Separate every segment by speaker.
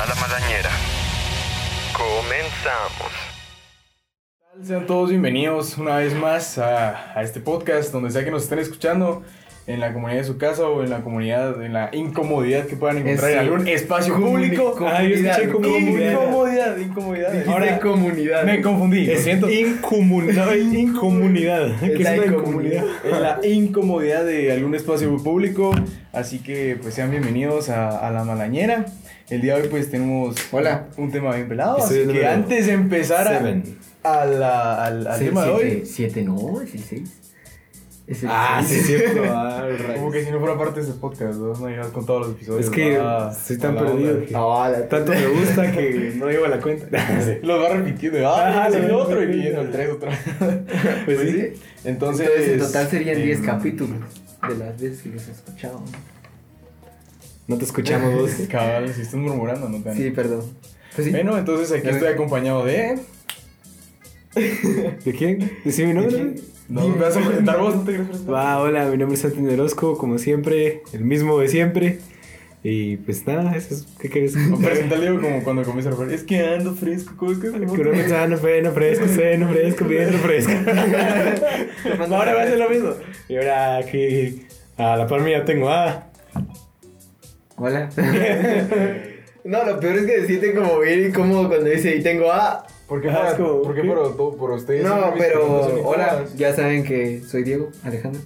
Speaker 1: a la Malañera. Comenzamos.
Speaker 2: Sean todos bienvenidos una vez más a, a este podcast, donde sea que nos estén escuchando, en la comunidad de su casa o en la comunidad, en la incomodidad que puedan encontrar en
Speaker 3: Eso.
Speaker 2: algún espacio
Speaker 3: Comuni-
Speaker 2: público. Ah, yo escuché
Speaker 3: comunidad,
Speaker 2: Incomodidad, incomodidad.
Speaker 3: Ahora
Speaker 2: Ahora
Speaker 3: comunidad.
Speaker 2: me confundí. lo siento.
Speaker 4: Incomunidad. Incomunidad.
Speaker 3: Es
Speaker 4: ¿Qué es
Speaker 3: la
Speaker 4: la
Speaker 3: incomunidad.
Speaker 4: incomunidad?
Speaker 2: en la incomodidad de algún espacio público. Así que pues sean bienvenidos a, a La Malañera. El día de hoy pues tenemos
Speaker 3: Hola.
Speaker 2: un tema bien pelado. Así
Speaker 4: Episodio
Speaker 2: que
Speaker 4: número
Speaker 2: antes de empezar a-
Speaker 4: Seven.
Speaker 2: a la- al, al tema de hoy,
Speaker 3: 7 no, es el 6. Es el
Speaker 4: Ah, sí,
Speaker 3: seis.
Speaker 4: es cierto. ah, el rayo.
Speaker 2: como que si no fuera parte de este podcast, ¿no? no llegas con todos los episodios.
Speaker 4: Es que
Speaker 2: Ah,
Speaker 4: estoy tan
Speaker 2: a la
Speaker 4: perdido
Speaker 2: onda.
Speaker 4: que
Speaker 3: No, la-
Speaker 4: tanto me gusta que no llevo la cuenta.
Speaker 2: Lo va repitiendo, ah,
Speaker 4: Ah,
Speaker 2: ese
Speaker 4: lo
Speaker 2: es
Speaker 4: va
Speaker 2: otro y
Speaker 4: repitiendo.
Speaker 2: en el 3 otra.
Speaker 4: Pues sí.
Speaker 2: Entonces,
Speaker 3: Entonces, en total serían
Speaker 2: eh,
Speaker 3: 10 capítulos de las veces que los he escuchado.
Speaker 4: No te escuchamos vos.
Speaker 2: Cabal, si estás murmurando, no te
Speaker 3: Sí, perdón. Pues sí.
Speaker 2: Bueno, entonces aquí estoy acompañado de.
Speaker 4: ¿De quién? ¿Decime mi nombre?
Speaker 2: No, me vas a presentar vos, no te quieres presentar.
Speaker 4: Va, hola, mi nombre es Santi Orozco, como siempre, el mismo de siempre. Y pues nada, eso es. ¿Qué querés?
Speaker 2: O Presenta al Diego como cuando comienza a hablar. Es que ando fresco, ¿cómo es que se me
Speaker 4: Que no me no freno fresco, seno fresco, bien fresco.
Speaker 2: Ahora va a ser lo mismo.
Speaker 4: Y ahora aquí a la par mía tengo a.
Speaker 3: Hola. no, lo peor es que se siente como bien incómodo cuando dice y tengo A.
Speaker 2: ¿Por qué
Speaker 4: Ah,
Speaker 2: para,
Speaker 4: es como-
Speaker 2: ¿por qué para, todo- por ustedes?
Speaker 3: No,
Speaker 2: siempre mis Ah, preguntas son
Speaker 3: pero hola,
Speaker 2: incómodas?
Speaker 3: ya saben que soy Diego Alejandro.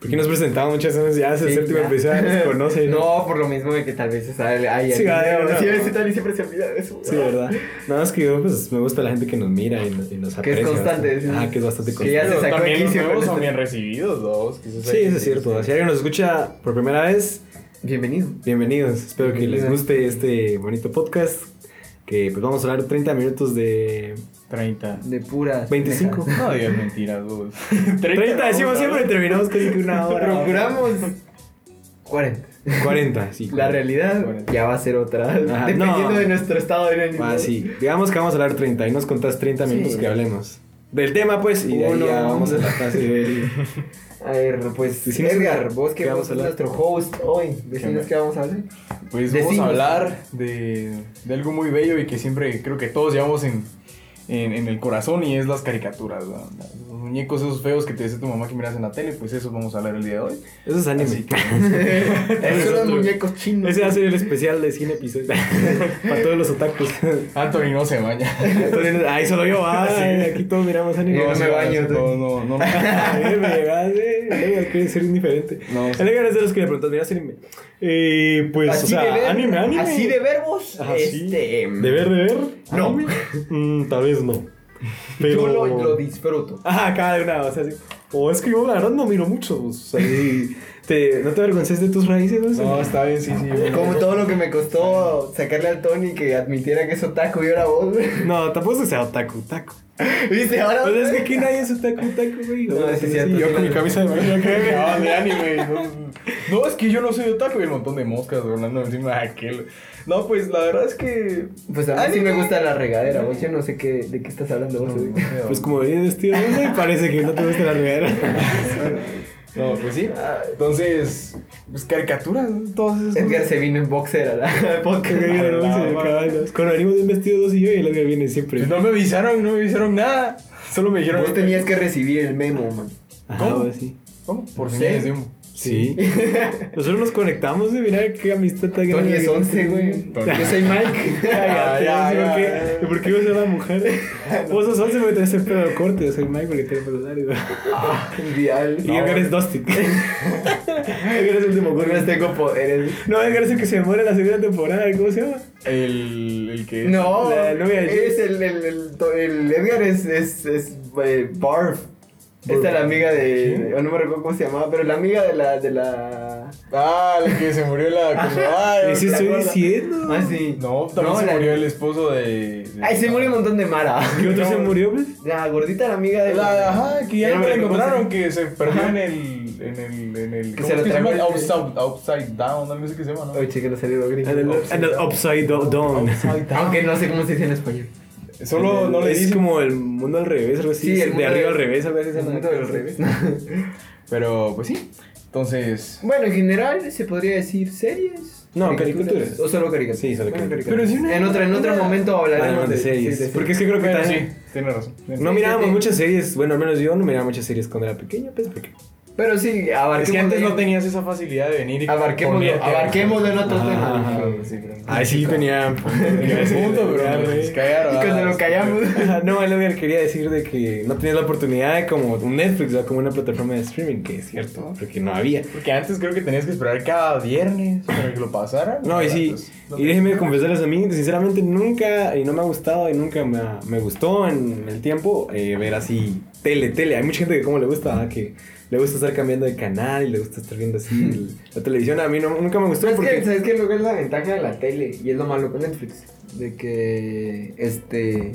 Speaker 4: Porque nos presentamos muchas veces ya, es el
Speaker 3: Sí,
Speaker 4: séptimo
Speaker 3: ya.
Speaker 4: episodio, ya nos conocen.
Speaker 3: No, por lo mismo de que tal vez es al- hay
Speaker 4: Sí,
Speaker 3: alguien-
Speaker 4: hay uno.
Speaker 3: Sí, a veces tal y siempre se olvida de eso.
Speaker 4: Sí, verdad. Nada más que yo, pues, me gusta la gente que nos mira y nos, y nos
Speaker 3: Que es
Speaker 4: aprecia
Speaker 3: constante,
Speaker 4: bastante.
Speaker 3: sí.
Speaker 4: Ah, que es bastante
Speaker 3: Que
Speaker 4: constante.
Speaker 3: ya se sacó
Speaker 2: También
Speaker 3: aquí
Speaker 2: los
Speaker 3: siempre
Speaker 2: nuevos
Speaker 3: nos-
Speaker 2: son bien recibidos, dos. que eso
Speaker 4: Sí, eso es cierto. Si alguien nos escucha por primera vez,
Speaker 3: Bienvenido.
Speaker 4: bienvenidos. Espero que les
Speaker 3: Bienvenidos.
Speaker 4: guste este bonito podcast. Que pues vamos a hablar 30 minutos de
Speaker 2: 30.
Speaker 3: De puras.
Speaker 4: 25.
Speaker 2: No digas mentiras, vos.
Speaker 4: 30, decimos siempre y terminamos casi que una hora.
Speaker 3: Procuramos 40.
Speaker 4: 40, sí.
Speaker 3: La realidad
Speaker 2: 40.
Speaker 3: ya va a ser otra. dependiendo
Speaker 4: no.
Speaker 3: de nuestro estado de ánimo.
Speaker 4: Ah, sí. Digamos que vamos a hablar 30 y nos contás 30 minutos
Speaker 3: Sí.
Speaker 4: que hablemos. Del tema, pues, y de ahí
Speaker 3: Uno.
Speaker 4: ya vamos a la fase del...
Speaker 3: A ver, pues
Speaker 4: Decimos
Speaker 3: Edgar,
Speaker 4: que-
Speaker 3: vos que vos
Speaker 4: que vamos a
Speaker 3: sos
Speaker 4: hablar.
Speaker 3: nuestro host hoy,
Speaker 2: onda?
Speaker 3: decimos que vamos a hablar.
Speaker 2: Pues
Speaker 3: Decimos.
Speaker 2: vamos a hablar de, de algo muy bello y que siempre creo que todos llevamos en, en, en el corazón y es las caricaturas. ¿no? Los muñecos esos feos que te dice tu mamá que miras en la tele, pues esos vamos a hablar el día de hoy.
Speaker 4: Eso es
Speaker 2: Así
Speaker 4: anime.
Speaker 2: que-
Speaker 3: Esos son los
Speaker 4: otro.
Speaker 3: muñecos chinos.
Speaker 4: Ese va a ser el especial de 100 episodios. Para todos los otakus.
Speaker 2: Anthony no se baña.
Speaker 4: Entonces, ahí solo yo, ah,
Speaker 2: Sí.
Speaker 4: aquí todos miramos anime.
Speaker 3: No,
Speaker 2: se
Speaker 3: me baño,
Speaker 2: sí, No,
Speaker 3: tú.
Speaker 2: no, no.
Speaker 4: A ver, me llegas, eh. Alegas, quiere ser indiferente.
Speaker 2: No.
Speaker 4: Alegas es de los que le preguntas, miras anime. Eh, pues,
Speaker 3: así
Speaker 4: o sea,
Speaker 3: de ver,
Speaker 4: anime, anime.
Speaker 3: Así de verbos.
Speaker 4: Ah, sí.
Speaker 3: este.
Speaker 4: ¿De ver, de ver?
Speaker 3: No.
Speaker 4: ¿Anime? Mm, tal vez no. Pero...
Speaker 3: Yo lo, lo disfruto.
Speaker 4: Ah, cada una, o sea, sí. O es que yo la verdad no miro mucho. O sea, sí, te, ¿No te avergonces de tus raíces? No, sé?
Speaker 2: No, está bien, sí, sí.
Speaker 3: Como todo lo que me costó sacarle al Tony que admitiera que es otaku y ahora vos, güey.
Speaker 4: no tampoco es que sea otaku, otaku.
Speaker 3: ¿Viste? Ahora.
Speaker 4: Pues es que aquí nadie es otaku, otaku, güey.
Speaker 3: No, sí,
Speaker 4: sí,
Speaker 3: cierto, sí,
Speaker 4: Yo con
Speaker 3: la-
Speaker 4: mi camisa de baño acá.
Speaker 2: Ah, de anime. No, No, es que yo no soy otaku y un montón de moscas volando encima de aquel. No, pues la verdad es que.
Speaker 3: Pues a mí sí
Speaker 2: Anime.
Speaker 3: me gusta la regadera, vos. Yo no sé qué, de qué estás hablando vos,
Speaker 2: ¿eh?
Speaker 3: güey.
Speaker 4: Pues como bien vestido, ¿no? parece que no te gusta la regadera.
Speaker 2: No, pues sí. Entonces, pues caricaturas, todas esas
Speaker 3: Edgar
Speaker 2: cosas.
Speaker 3: se vino en boxer a la al podcast.
Speaker 2: Ah,
Speaker 4: Con
Speaker 2: no,
Speaker 4: Cuando venimos bien vestidos dos y yo y el Edgar viene siempre.
Speaker 2: Pues no me avisaron, no me avisaron nada. Solo me dijeron.
Speaker 3: Vos tenías que recibir el memo, man.
Speaker 4: Ajá,
Speaker 2: ¿Cómo?
Speaker 4: o así.
Speaker 2: ¿Cómo? Por
Speaker 3: Sí.
Speaker 2: señales de humo.
Speaker 4: Sí. Nosotros nos conectamos de mirar qué amistad tan
Speaker 3: Tony
Speaker 4: grande.
Speaker 3: es 11, güey.
Speaker 2: Tony.
Speaker 3: Yo soy Mike.
Speaker 4: Cállate,
Speaker 2: Ah, ya,
Speaker 4: no sé
Speaker 2: ya,
Speaker 4: por qué-
Speaker 2: ya.
Speaker 4: ¿Por qué vos eres la mujer? Vos sos 11 porque tenés el pelo corto. Yo soy Mike porque tengo el pelo largo.
Speaker 3: Ah, Ideal.
Speaker 4: Y Edgar es Dustin. Edgar es el último
Speaker 3: Por
Speaker 4: corte.
Speaker 3: menos tengo poderes.
Speaker 4: No, Edgar es el que se muere en la segunda temporada. ¿Cómo se llama?
Speaker 2: El, el que.
Speaker 3: No,
Speaker 4: La novia de
Speaker 3: es el, el, el, to- el Edgar es, es, es eh, Barf. Esta es la amiga de. No me recuerdo cómo se llamaba, pero la amiga de la. De la...
Speaker 2: Ah, el que se murió la. Ah,
Speaker 4: Eso
Speaker 2: la
Speaker 4: estoy
Speaker 2: gorda.
Speaker 4: diciendo.
Speaker 3: Ah, sí.
Speaker 2: No, también
Speaker 3: No,
Speaker 2: se
Speaker 3: la-
Speaker 2: murió el esposo de. de-
Speaker 3: Ay, se murió un montón de Mara.
Speaker 4: ¿Qué otro se
Speaker 2: No.
Speaker 4: murió, pues?
Speaker 3: La gordita, la amiga de.
Speaker 2: La, ajá, que ya
Speaker 3: Ya
Speaker 2: no la
Speaker 3: me reconoce.
Speaker 2: encontraron, eh, que se perdió en el. En el. En el
Speaker 3: Que
Speaker 2: ¿cómo
Speaker 3: se
Speaker 2: es
Speaker 3: la
Speaker 2: que llama?
Speaker 3: tragó el-
Speaker 2: Outside, outside Down, algo así que se llama, ¿no?
Speaker 3: Oye, que no salió lo gringo.
Speaker 4: And the- and the upside down.
Speaker 2: Upside Down.
Speaker 3: Oh, Aunque no sé cómo se dice en español.
Speaker 2: Solo no le
Speaker 4: es
Speaker 2: dicen.
Speaker 4: como el mundo al revés, algo así,
Speaker 3: Sí, el mundo
Speaker 4: de arriba
Speaker 3: al-
Speaker 4: al revés, algo así.
Speaker 3: Es el
Speaker 4: ¿no?
Speaker 3: mundo del revés.
Speaker 2: Pero pues sí. Entonces.
Speaker 3: bueno, en general se podría decir series.
Speaker 4: No, caricaturas.
Speaker 3: O solo caricaturas.
Speaker 4: Sí, solo
Speaker 3: Bueno,
Speaker 4: caricaturas.
Speaker 2: Pero si una-
Speaker 3: En, otra, en otro
Speaker 2: una-
Speaker 3: momento hablaremos
Speaker 4: Hablamos de series.
Speaker 3: sí, de
Speaker 4: Porque es que creo que
Speaker 2: Bueno, sí,
Speaker 4: también-
Speaker 2: tienes razón.
Speaker 4: No
Speaker 3: Sí,
Speaker 4: mirábamos
Speaker 3: sí, sí.
Speaker 4: muchas series. Bueno, al menos yo no miraba muchas series cuando era pequeño, pues porque.
Speaker 3: Pero sí, abarquemos.
Speaker 2: Es que antes
Speaker 3: de-
Speaker 2: no tenías esa facilidad de venir y
Speaker 3: Abarquemos,
Speaker 2: ponerte-
Speaker 3: abarquemos en otro
Speaker 4: Ajá,
Speaker 3: tema.
Speaker 4: ajá.
Speaker 3: Sí, pero-
Speaker 4: Ay, sí, tenía.
Speaker 2: Tenía ese punto, pero pues,
Speaker 3: Y
Speaker 2: cagaron.
Speaker 3: cuando lo callamos.
Speaker 4: Ajá, No, es lo que quería decir de que no tenías la oportunidad de como un Netflix o como una plataforma de streaming, que es cierto, porque no había.
Speaker 2: Porque antes creo que tenías que esperar cada viernes para que lo pasaran.
Speaker 4: No, y sí,
Speaker 2: Entonces, pues, no
Speaker 4: y déjenme confesarles a mí, sinceramente nunca, y no me ha gustado y nunca me, ha- me gustó en el tiempo eh, ver así tele, tele. Hay mucha gente que como le gusta, ¿verdad? que le gusta estar cambiando de canal y le gusta estar viendo así el- la televisión. A mí no- nunca me gustó
Speaker 3: Pero es que,
Speaker 4: porque...
Speaker 3: Pues, ¿sabes qué? Lo que es la ventaja de la tele y es lo malo con Netflix. De que, este,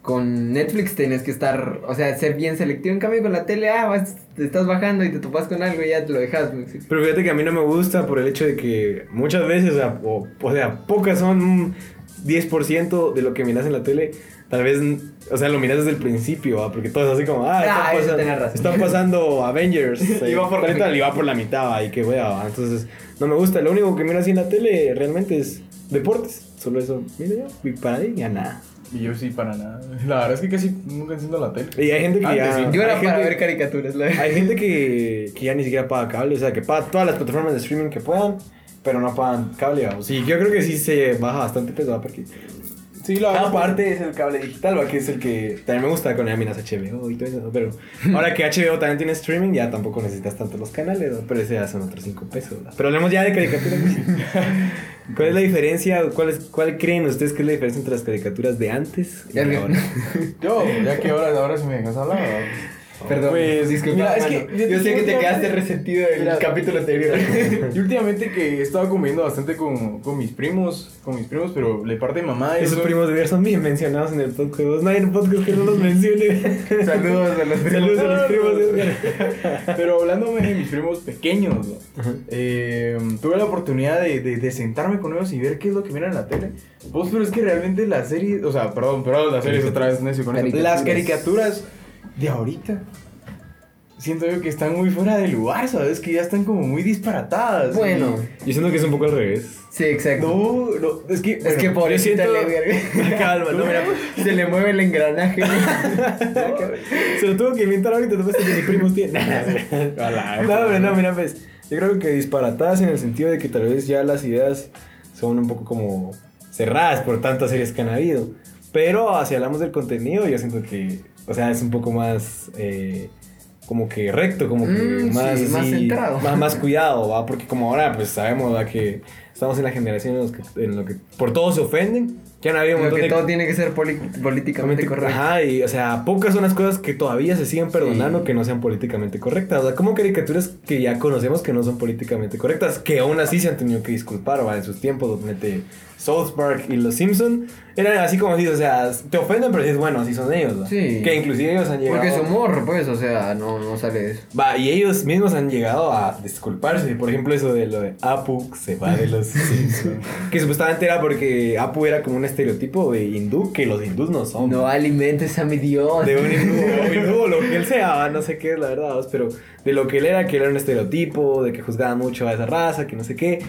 Speaker 3: con Netflix tienes que estar, o sea, ser bien selectivo. En cambio, con la tele, ah, vas- te estás bajando y te topas con algo y ya te lo dejas. ¿no? Sí.
Speaker 4: Pero fíjate que a mí no me gusta por el hecho de que muchas veces, o sea, o- o sea, pocas son un 10% de lo que miras en la tele. Tal vez, o sea, lo miras desde el principio, ¿va? porque todo es así como, ah,
Speaker 3: Ah, eso
Speaker 4: están,
Speaker 3: tenés
Speaker 4: pasando,
Speaker 3: razón.
Speaker 4: están pasando Avengers. eh,
Speaker 3: Y va por la
Speaker 4: tal y tal,
Speaker 3: mitad.
Speaker 4: y va por la mitad, va, y qué wea, va. Entonces, no me gusta. Lo único que miro así en la tele realmente es deportes. Solo eso, mira yo, y para ahí ya nada.
Speaker 2: Y yo sí, para nada. La verdad es que casi nunca enciendo la tele.
Speaker 4: Y hay gente que
Speaker 2: Antes,
Speaker 4: ya.
Speaker 2: sí.
Speaker 3: Yo era
Speaker 4: hay
Speaker 3: para
Speaker 4: gente-
Speaker 3: ver caricaturas, la verdad.
Speaker 4: Hay gente que, que ya ni siquiera paga cable, o sea, que paga todas las plataformas de streaming que puedan, pero no pagan cable, vamos. Sí, yo creo que sí se baja bastante pesado porque
Speaker 2: Sí, la
Speaker 4: cada
Speaker 2: verdad.
Speaker 4: parte es el cable digital, ¿va? que es el que también me gusta con minas HBO y todo eso, pero ahora que HBO también tiene streaming, ya tampoco necesitas tanto los canales, ¿va? pero ese ya son otros 5 pesos. ¿va? Pero hablemos ya de caricaturas. ¿Cuál es la diferencia? ¿Cuál, es, ¿Cuál creen ustedes que es la diferencia entre las caricaturas de antes y
Speaker 3: Verga.
Speaker 4: ahora?
Speaker 2: Yo, ya que ahora, ahora sí me dejas hablar. ¿verdad?
Speaker 3: Perdón,
Speaker 2: Pues,
Speaker 3: disculpa,
Speaker 2: mira, es
Speaker 3: hermano.
Speaker 2: que-
Speaker 3: yo sé que te
Speaker 2: definitivamente-
Speaker 3: quedaste resentido del
Speaker 2: Mira.
Speaker 3: capítulo anterior.
Speaker 2: Y últimamente que he estado comiendo bastante con, con mis primos, con mis primos, pero le parte de mamá. ellos
Speaker 4: Esos
Speaker 2: son-
Speaker 4: primos de ver son bien mencionados en el podcast. No hay un podcast que no los mencione.
Speaker 3: Saludos a los
Speaker 4: Saludos a los primos de Edgar.
Speaker 2: Pero hablándome de mis primos pequeños, ¿no? Eh, tuve la oportunidad de, de- de sentarme con ellos y ver qué es lo que miran en la tele. Vos, pero es que realmente las series, o sea, perdón, perdón, las series otra vez, necio, con esto. Las
Speaker 3: Caricaturas.
Speaker 2: caricaturas de ahorita. Siento yo que están muy fuera de lugar, ¿sabes? Que ya están como muy disparatadas.
Speaker 3: Bueno,
Speaker 4: Yo siento que es un poco al revés.
Speaker 3: sí, exacto.
Speaker 2: No, no, es que...
Speaker 3: Es que por
Speaker 4: yo
Speaker 3: siento...
Speaker 4: siento-
Speaker 3: Calma,
Speaker 4: no, mira.
Speaker 3: Se le mueve el engranaje.
Speaker 4: Se lo tuvo que inventar ahorita, te parece que mis primos tienen. no, pero no, mira, pues. Yo creo que disparatadas en el sentido de que tal vez ya las ideas son un poco como cerradas por tantas series que han habido. Pero si hablamos del contenido, yo siento que, o sea, es un poco más eh, como que recto, como que
Speaker 3: Mm,
Speaker 4: más,
Speaker 3: sí, más
Speaker 4: así,
Speaker 3: centrado.
Speaker 4: Más, más cuidado, ¿va? Porque como ahora, pues sabemos ¿va? que estamos en la generación en, los que, en lo que por todo se ofenden. Que han habido un
Speaker 3: Lo
Speaker 4: montón
Speaker 3: que
Speaker 4: de
Speaker 3: todo tiene que ser poli- políticamente correcto.
Speaker 4: Ajá, y o sea, pocas son las cosas que todavía se siguen perdonando
Speaker 3: Sí.
Speaker 4: que no sean políticamente correctas. O sea, como caricaturas que ya conocemos que no son políticamente correctas, que aún así se han tenido que disculpar, ¿va? En sus tiempos, donde South Park y Los Simpson eran así como así, o sea, te ofenden, pero dices, bueno, así son ellos, ¿va?
Speaker 3: Sí.
Speaker 4: Que inclusive ellos han llegado.
Speaker 3: Porque es humor, pues, o sea, no, no sale de eso.
Speaker 4: Va, y ellos mismos han llegado a disculparse. Por ejemplo, eso de lo de Apu se va de los Simpson. que supuestamente era porque Apu era como un estereotipo de hindú que los hindús no son.
Speaker 3: No alimentes a mi Dios.
Speaker 4: De un hindú, o hindú, o lo que él sea, no sé qué es la verdad, vos, pero de lo que él era, que él era un estereotipo, de que juzgaban mucho a esa raza, que no sé qué.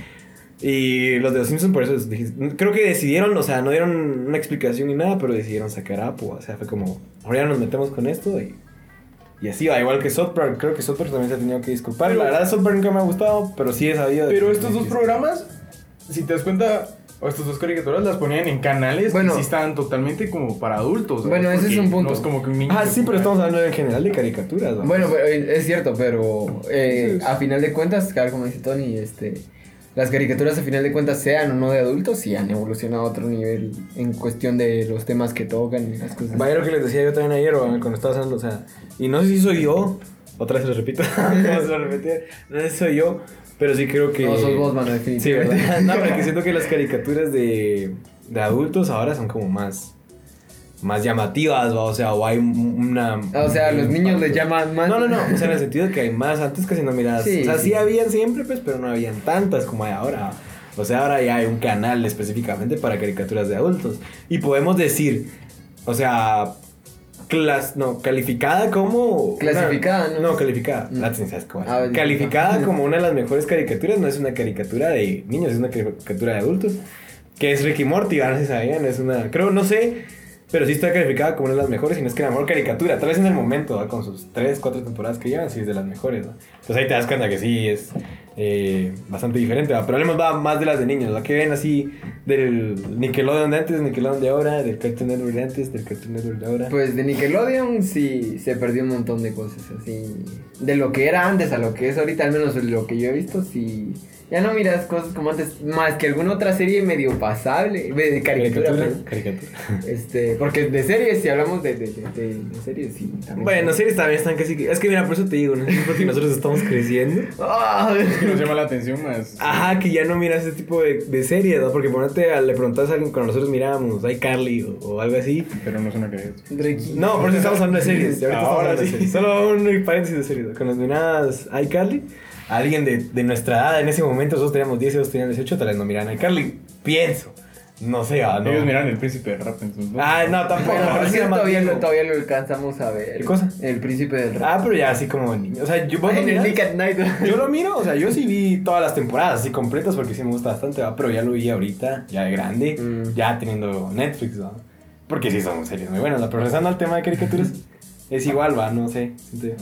Speaker 4: Y los de los Simpsons, por eso les dije- creo que decidieron, o sea, no dieron una explicación ni nada, pero decidieron sacar a Apu. O sea, fue como, ahora ya nos metemos con esto y, y así va. Igual que South Park, creo que South Park también se ha tenido que disculpar.
Speaker 2: Pero-
Speaker 4: la verdad, South Park nunca me ha gustado, pero sí he sabido. de
Speaker 2: Pero
Speaker 4: que-
Speaker 2: estos dos
Speaker 4: que-
Speaker 2: programas, si te das cuenta, o estas dos caricaturas las ponían en canales
Speaker 3: Bueno.
Speaker 2: que sí estaban totalmente como para adultos. ¿sabes?
Speaker 3: Bueno, ese es
Speaker 2: Porque
Speaker 3: un punto.
Speaker 2: No es como que un niño
Speaker 4: Ah,
Speaker 2: se
Speaker 4: sí, pero
Speaker 2: ponga-
Speaker 4: estamos hablando en general de caricaturas. ¿no?
Speaker 3: Bueno, pero, eh, es cierto, pero eh,
Speaker 4: Sí, sí.
Speaker 3: a final de cuentas, claro, como dice Tony, este, las caricaturas a final de cuentas sean o no de adultos, sí han evolucionado a otro nivel en cuestión de los temas que tocan y las cosas.
Speaker 4: Vaya lo que les decía yo también ayer, o cuando estaba hablando, o sea, y no sé si soy yo, otra vez lo repito, no se lo repetí, no sé si soy yo, pero sí creo que...
Speaker 3: No, sos vos, mano,
Speaker 4: Sí,
Speaker 3: definitivamente.
Speaker 4: ¿verdad? No, pero que siento que las caricaturas de, de adultos ahora son como más, más llamativas, ¿va? o sea, o hay un- una...
Speaker 3: Ah, O sea, a los
Speaker 4: un
Speaker 3: niños les
Speaker 4: impacto.
Speaker 3: llaman más.
Speaker 4: No, no, no, o sea, en el sentido de que hay más, antes casi no mirabas,
Speaker 3: Sí,
Speaker 4: o sea, sí
Speaker 3: sí.
Speaker 4: habían siempre, pues, pero no habían tantas como hay ahora. O sea, ahora ya hay un canal específicamente para caricaturas de adultos. Y podemos decir, o sea, clas- no, calificada como. una-
Speaker 3: Clasificada, ¿no?
Speaker 4: no, calificada. Ah, sí, sabes cómo es.
Speaker 3: Ah,
Speaker 4: calificada
Speaker 3: no.
Speaker 4: como una de las mejores caricaturas. No es una caricatura de niños, es una caricatura de adultos. Que es Ricky Morty, ahora si sabían. Es una. Creo, no sé. Pero sí está calificada como una de las mejores. Y no es que la mejor caricatura. Tal vez en el momento, ¿va? con sus tres, cuatro temporadas que llevan, sí es de las mejores. ¿va? Entonces ahí te das cuenta que sí es. eh, bastante diferente, ¿va? pero hablemos va, más de las de niños, la que ven así del Nickelodeon de antes, Nickelodeon de ahora, del Cartoon Network de antes, del Cartoon Network de ahora.
Speaker 3: Pues de Nickelodeon sí se perdió un montón de cosas así. De lo que era antes a lo que es ahorita, al menos de lo que yo he visto, sí. Ya no miras cosas como antes, más que alguna otra serie medio pasable, de de caricatura.
Speaker 4: Caricatura. Caricatura.
Speaker 3: pues. Este, porque de series, si hablamos de, de, de- de- de series, sí. también.
Speaker 4: Bueno, series también están casi. que- Es que mira, por eso te digo, ¿no? Es porque nosotros estamos creciendo.
Speaker 3: Ah,
Speaker 2: que nos llama la atención más.
Speaker 4: Ajá, que ya no miras ese tipo de, de series, ¿no? Porque ponete, a- le preguntas a alguien cuando nosotros mirábamos, hay Carly o, o algo así.
Speaker 2: Pero no es una caricatura.
Speaker 3: Drake.
Speaker 4: No, por eso estamos hablando de series. y ahorita estamos
Speaker 2: Ahora
Speaker 4: hablando de
Speaker 2: sí.
Speaker 4: series. Solo un paréntesis de series. ¿no? Cuando nos mirabas a iCarly, alguien de, de nuestra edad en ese momento, nosotros teníamos 10, ellos tenían 18, tal vez no miraban a iCarly. Pienso. No sé, ah, no.
Speaker 2: Ellos miran el príncipe de rap entonces. ¿no?
Speaker 4: Ah, no, tampoco.
Speaker 3: Bueno,
Speaker 4: pero
Speaker 3: pero
Speaker 4: sí
Speaker 3: sí,
Speaker 4: era más
Speaker 3: todavía,
Speaker 4: viejo.
Speaker 3: lo, todavía lo alcanzamos a ver.
Speaker 4: ¿Qué cosa?
Speaker 3: El príncipe del rap.
Speaker 4: Ah, pero ya así como niño. O sea, yo vos lo
Speaker 3: en el
Speaker 4: miras-
Speaker 3: Nick at Night.
Speaker 4: Yo lo miro, o sea, yo sí vi todas las temporadas así completas porque sí me gusta bastante, ¿va? pero ya lo vi ahorita, ya de grande,
Speaker 3: Mm.
Speaker 4: ya teniendo Netflix, ¿va? Porque sí son series muy buenas, ¿va? pero regresando al tema de caricaturas, es igual, va, no sé. siento yo.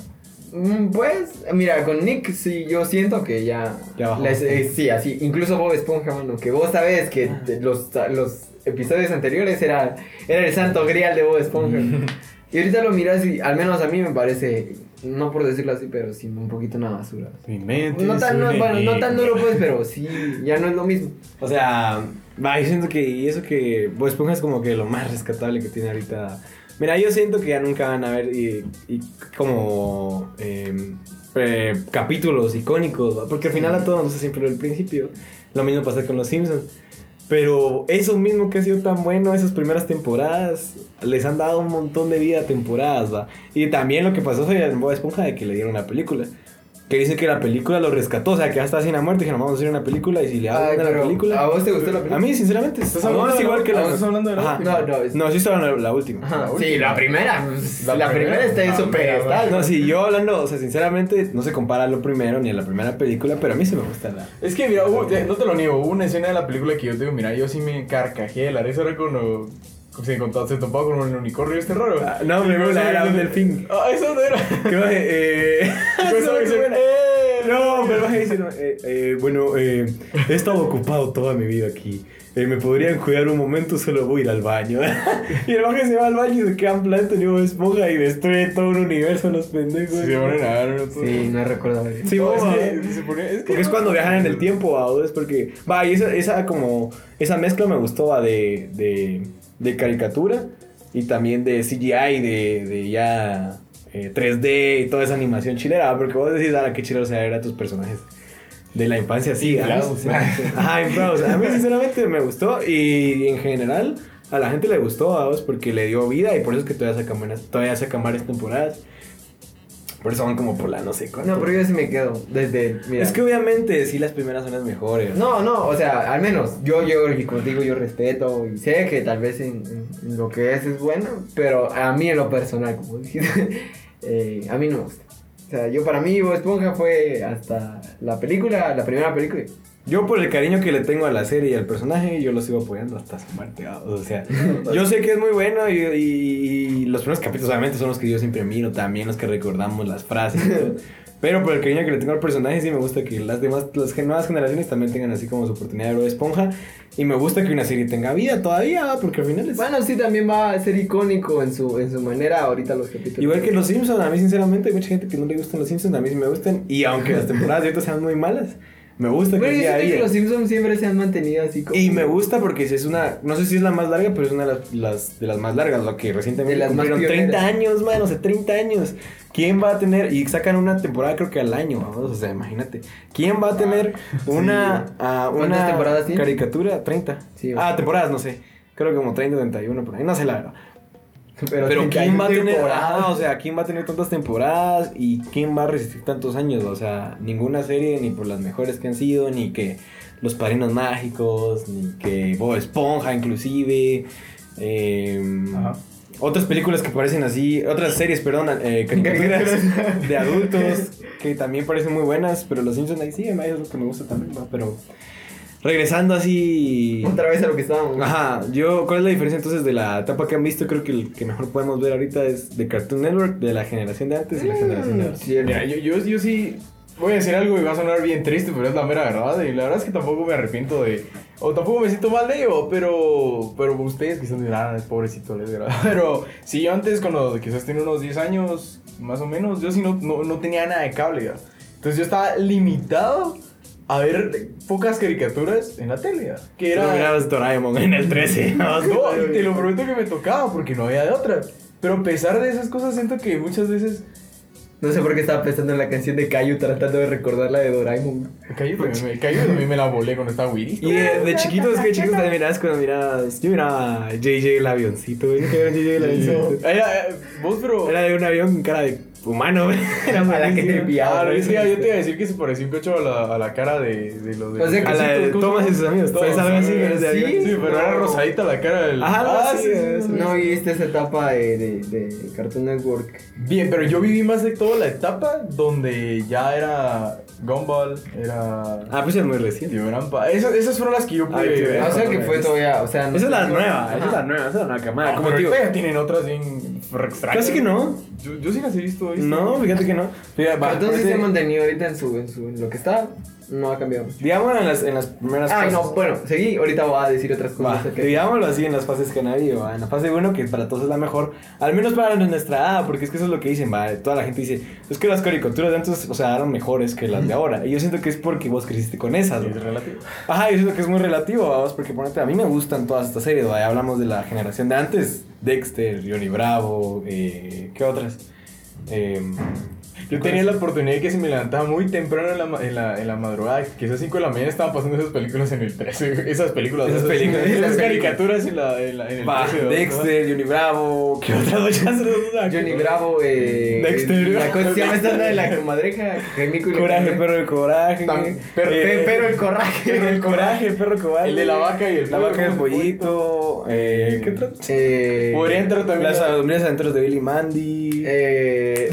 Speaker 3: Mm, Pues, mira, con Nick sí, yo siento que ya...
Speaker 4: Ya bajó.
Speaker 3: las- eh, sí, así, incluso Bob Esponja, mano, que vos sabés que
Speaker 4: Ah.
Speaker 3: te- los, los episodios anteriores era, era el santo grial de Bob Esponja. y ahorita lo miras y al menos a mí me parece, no por decirlo así, pero sí un poquito una basura.
Speaker 2: Tu mente
Speaker 3: No
Speaker 2: es
Speaker 3: tan,
Speaker 2: un
Speaker 3: no, bueno, no tan
Speaker 2: enigma.
Speaker 3: duro pues, pero sí, ya no es lo mismo.
Speaker 4: O sea, va, yo siento que y eso que Bob Esponja es como que lo más rescatable que tiene ahorita. Mira, yo siento que ya nunca van a ver y, y como em, eh, capítulos icónicos, ¿va? porque al final a todos nos gusta siempre el principio. Lo mismo pasa con los Simpsons. Pero eso mismo que ha sido tan bueno esas primeras temporadas, les han dado un montón de vida a temporadas, ¿va? Y también lo que pasó fue en Bob Esponja de que le dieron la película. Que dice que la película lo rescató, o sea, que hasta sin la muerte, que vamos a hacer una película y si le
Speaker 3: Ay,
Speaker 4: hablan de la
Speaker 3: Ah, pero,
Speaker 4: película.
Speaker 3: ¿A vos te gustó la película?
Speaker 4: A mí, sinceramente,
Speaker 2: ¿Estás
Speaker 4: no,
Speaker 2: hablando
Speaker 4: es
Speaker 2: de la-
Speaker 4: igual que
Speaker 2: ah,
Speaker 4: la.
Speaker 2: ¿estás hablando de la
Speaker 4: Ajá.
Speaker 3: última? No, no, es-
Speaker 4: No, sí, estoy hablando de la última.
Speaker 3: Ajá,
Speaker 2: La
Speaker 3: sí,
Speaker 2: última.
Speaker 3: la primera. pues, La,
Speaker 2: La
Speaker 3: primera,
Speaker 2: primera.
Speaker 3: está en
Speaker 2: Ah,
Speaker 3: su
Speaker 2: mira,
Speaker 3: pedestal.
Speaker 4: No, sí, yo hablando, o sea, sinceramente, no se compara a lo primero ni a la primera película, pero a mí sí me gusta la.
Speaker 2: Es que, mira, hubo- te- no te lo niego, hubo una escena de la película que yo te digo, mira, yo sí me carcajé de la risa, era cuando se, encontró, se topaba con un unicornio este raro.
Speaker 4: Ah, no, primero la era un delfín.
Speaker 2: Ah, eso no era.
Speaker 4: Creo que, eh,
Speaker 2: Pues,
Speaker 4: no,
Speaker 2: a
Speaker 4: qué
Speaker 2: veces,
Speaker 4: buena.
Speaker 2: ¡eh!
Speaker 4: No, pero vas a decir, no, eh, eh, bueno, eh, he estado ocupado toda mi vida aquí. Eh, me podrían cuidar un momento, solo voy a ir al baño. y el baje se va al baño y se quedan plantos y Bob esponja y destruye todo un universo los pendejos.
Speaker 2: Sí, se ponen a dar, ¿no?
Speaker 3: Sí, no recuerdo.
Speaker 4: Sí, ¿eh?
Speaker 2: No, es
Speaker 4: boba.
Speaker 2: que se ponía- es que-
Speaker 4: Porque es cuando viajan en el tiempo, ¿va? es porque... Va, y esa, esa como... Esa mezcla me gustó, ¿va? De, de, de caricatura y también de CGI, de, de ya eh, 3D y toda esa animación chilera, ¿va? Porque vos decís, ahora qué chilero se ver a tus personajes de la infancia así. ¿va?
Speaker 2: Inflados.
Speaker 4: Sí. Ajá, inflados. A mí sinceramente me gustó y en general a la gente le gustó, ¿va? es porque le dio vida y por eso es que todavía sacan, buenas- todavía sacan varias temporadas. Por eso van como por la no sé cuánto.
Speaker 3: No, pero yo sí me quedo. Desde. Mira.
Speaker 4: Es que obviamente sí las primeras son las mejores.
Speaker 3: No, no, o sea, al menos yo, yo, y como te digo, yo respeto y sé que tal vez en, en- en lo que es es bueno, pero a mí en lo personal, como dijiste, eh, a mí no me gusta. O sea, yo para mí Bob Esponja fue hasta la película, la primera película.
Speaker 4: Yo por el cariño que le tengo a la serie y al personaje, yo lo sigo apoyando hasta su muerte. ah, O sea, yo sé que es muy bueno y, y- y los primeros capítulos obviamente son los que yo siempre miro, también los que recordamos las frases. y todo. Pero por el cariño que le tengo al personaje, sí me gusta que las demás, las gen- nuevas generaciones también tengan así como su oportunidad de ver esponja. Y me gusta que una serie tenga vida todavía, ah, porque al final es...
Speaker 3: Bueno, sí, también va a ser icónico en su, en su manera ahorita los capítulos.
Speaker 4: Igual que los Simpsons, a mí sinceramente hay mucha gente que no le gustan los Simpsons, a mí sí me gustan. Y aunque las temporadas de ahorita sean muy malas, me gusta
Speaker 3: Pero yo
Speaker 4: que haya
Speaker 3: siento que
Speaker 4: vida.
Speaker 3: los Simpsons siempre se han mantenido así como...
Speaker 4: Y me gusta porque es una, no sé si es la más larga, pero es una de las, las- de las más largas, lo que recientemente
Speaker 3: De las más
Speaker 4: cumplieron 30
Speaker 3: pioneras.
Speaker 4: años, man, o sea, 30 años. ¿Quién va a tener? Y sacan una temporada creo que al año, vamos, o sea, imagínate. ¿Quién va a tener una, ah,
Speaker 3: ¿Cuántas
Speaker 4: una
Speaker 3: temporadas tiene?
Speaker 4: caricatura? 30.
Speaker 3: Sí,
Speaker 4: ah,
Speaker 3: bastante.
Speaker 4: temporadas, no sé. Creo que como 30, 31 por ahí, no sé la verdad.
Speaker 3: Pero,
Speaker 4: Pero,
Speaker 3: sí,
Speaker 4: ¿quién
Speaker 3: hay
Speaker 4: va a tener,
Speaker 3: temporadas.
Speaker 4: ajá, o sea, quién va a tener tantas temporadas y quién va a resistir tantos años? O sea, ninguna serie, ni por las mejores que han sido, ni que Los Padrinos Mágicos, ni que Bob Esponja inclusive. eh,
Speaker 2: Ajá.
Speaker 4: Otras películas que parecen así, otras series, perdón, eh, caricaturas de adultos que también parecen muy buenas, pero Los Simpsons ahí sí, ahí es lo que me gusta también, ¿va? pero regresando así...
Speaker 3: Otra vez a lo que estábamos.
Speaker 4: Ajá, yo, ¿cuál es la diferencia entonces de la etapa que han visto? Creo que el que mejor podemos ver ahorita es de Cartoon Network, de la generación de antes y la generación de
Speaker 2: Mm,
Speaker 4: ahora.
Speaker 3: Cierto.
Speaker 2: Mira, yo, yo, yo sí voy a decir algo y va a sonar bien triste, pero es la mera verdad. Y la verdad es que tampoco me arrepiento de. O tampoco me siento mal de ello, pero. Pero ustedes quizás dirán, ah, es pobrecito, les dirá. Pero sí, yo antes, cuando quizás tenía unos 10 años, más o menos, yo sí no, no, no tenía nada de cable. ya. Entonces yo estaba limitado a ver pocas caricaturas en la tele. ya, Que
Speaker 4: Pero
Speaker 2: era.
Speaker 4: mirabas Doraemon en el 13. ¿no?
Speaker 2: No, y te lo prometo que me tocaba porque no había de otra. Pero a pesar de esas cosas, siento que muchas veces.
Speaker 3: No sé por qué estaba pensando en la canción de Cayu tratando de recordar la de Doraemon.
Speaker 2: Me cayó, me, me cayó, a mí me la volé cuando estaba Willy.
Speaker 4: Y de, de chiquitos, ¿qué chiquitos también mirabas cuando mirabas? Yo miraba JJ el avioncito, ¿ves que era JJ el avioncito?
Speaker 2: Era, eh, vos, pero.
Speaker 4: Era de un avión con cara de humano, ¿ves? Era
Speaker 3: A la que
Speaker 4: buenísimo.
Speaker 3: te
Speaker 2: Ah,
Speaker 3: piaba.
Speaker 2: no, es que yo te iba a decir que se parecía un cacho a la, a la cara de, de los de.
Speaker 3: O sea,
Speaker 4: A la de Thomas y sus amigos,
Speaker 2: Todos,
Speaker 4: ¿sabes? Pues Algo así,
Speaker 2: eh,
Speaker 4: pero es de
Speaker 2: sí,
Speaker 4: avión.
Speaker 2: sí, pero era rosadita la cara del. Ah,
Speaker 4: Ajá, algo así, es.
Speaker 3: No viste esa etapa de, de, de Cartoon Network.
Speaker 2: Bien, pero yo viví más de toda la etapa donde ya era Gumball, era.
Speaker 4: Ah, pues es muy reciente.
Speaker 2: Tiburampa. Esas, esas fueron las que yo pude.
Speaker 4: Ay, qué
Speaker 2: ver.
Speaker 4: Ah,
Speaker 3: o sea que fue todavía, o sea... no
Speaker 4: Esa es
Speaker 3: sé
Speaker 4: la
Speaker 3: cómo-
Speaker 4: nueva,
Speaker 3: Ajá.
Speaker 4: esa es la nueva, esa es la nueva camada.
Speaker 2: Ah,
Speaker 4: como
Speaker 2: pero
Speaker 4: te digo,
Speaker 2: ahorita ya tienen otras bien extrañas.
Speaker 4: casi que no.
Speaker 2: Yo, yo sí las he visto. ¿viste?
Speaker 4: No, fíjate que no. Fíjate, va,
Speaker 3: Pero Entonces sí se
Speaker 4: parece-
Speaker 3: ha mantenido ahorita en su, en su, en lo que está, no ha cambiado.
Speaker 4: Digámoslo en las, en las primeras
Speaker 3: Ay, no, pues,
Speaker 4: fases.
Speaker 3: bueno, seguí, ahorita voy a decir otras
Speaker 4: Va,
Speaker 3: cosas. ok.
Speaker 4: digámoslo así en las fases que nadie va. En la fase 1, que para todos es la mejor, al menos para nuestra edad, porque es que eso es lo que dicen, va. Toda la gente dice, es que las caricaturas de antes, o sea, eran mejores que las de ahora. Y yo siento que es porque vos creciste con esas,
Speaker 2: Sí,
Speaker 4: ¿no?
Speaker 2: es relativo.
Speaker 4: Ajá, yo siento que es muy relativo, vamos, porque ponete, a mí me gustan todas estas series, ¿va? Ya hablamos de la generación de antes, Dexter, Johnny Bravo, eh, ¿qué otras? Em,
Speaker 3: pues.
Speaker 2: Yo tenía la oportunidad de que si me levantaba muy temprano en la, ma- en la, en la madrugada, que esas 5 de la mañana estaban pasando esas películas en el 13. Esas películas,
Speaker 4: Esas películas,
Speaker 2: esas,
Speaker 4: esas
Speaker 2: caricaturas en, la, en, la- en el
Speaker 4: Va,
Speaker 2: 13. ¿no?
Speaker 4: Dexter, Johnny Bravo, ¿qué otras dos ya se nos ocurren?
Speaker 3: Johnny Bravo, eh...
Speaker 4: Dexter.
Speaker 3: La cosa se llama esta de la comadreja. Jaime Culiacán.
Speaker 4: Coraje, perro de coraje.
Speaker 2: Tam-
Speaker 3: Pero,
Speaker 4: eh,
Speaker 3: pero el coraje.
Speaker 4: Pero el coraje, perro cobarde.
Speaker 2: El de la vaca y el
Speaker 4: La
Speaker 2: pollo.
Speaker 4: vaca y el pollito. Eh, ¿Qué otro?
Speaker 3: Eh,
Speaker 2: Podría entrar también.
Speaker 4: Las
Speaker 2: a-
Speaker 4: aventuras adentro de Billy Mandy.
Speaker 3: Eh,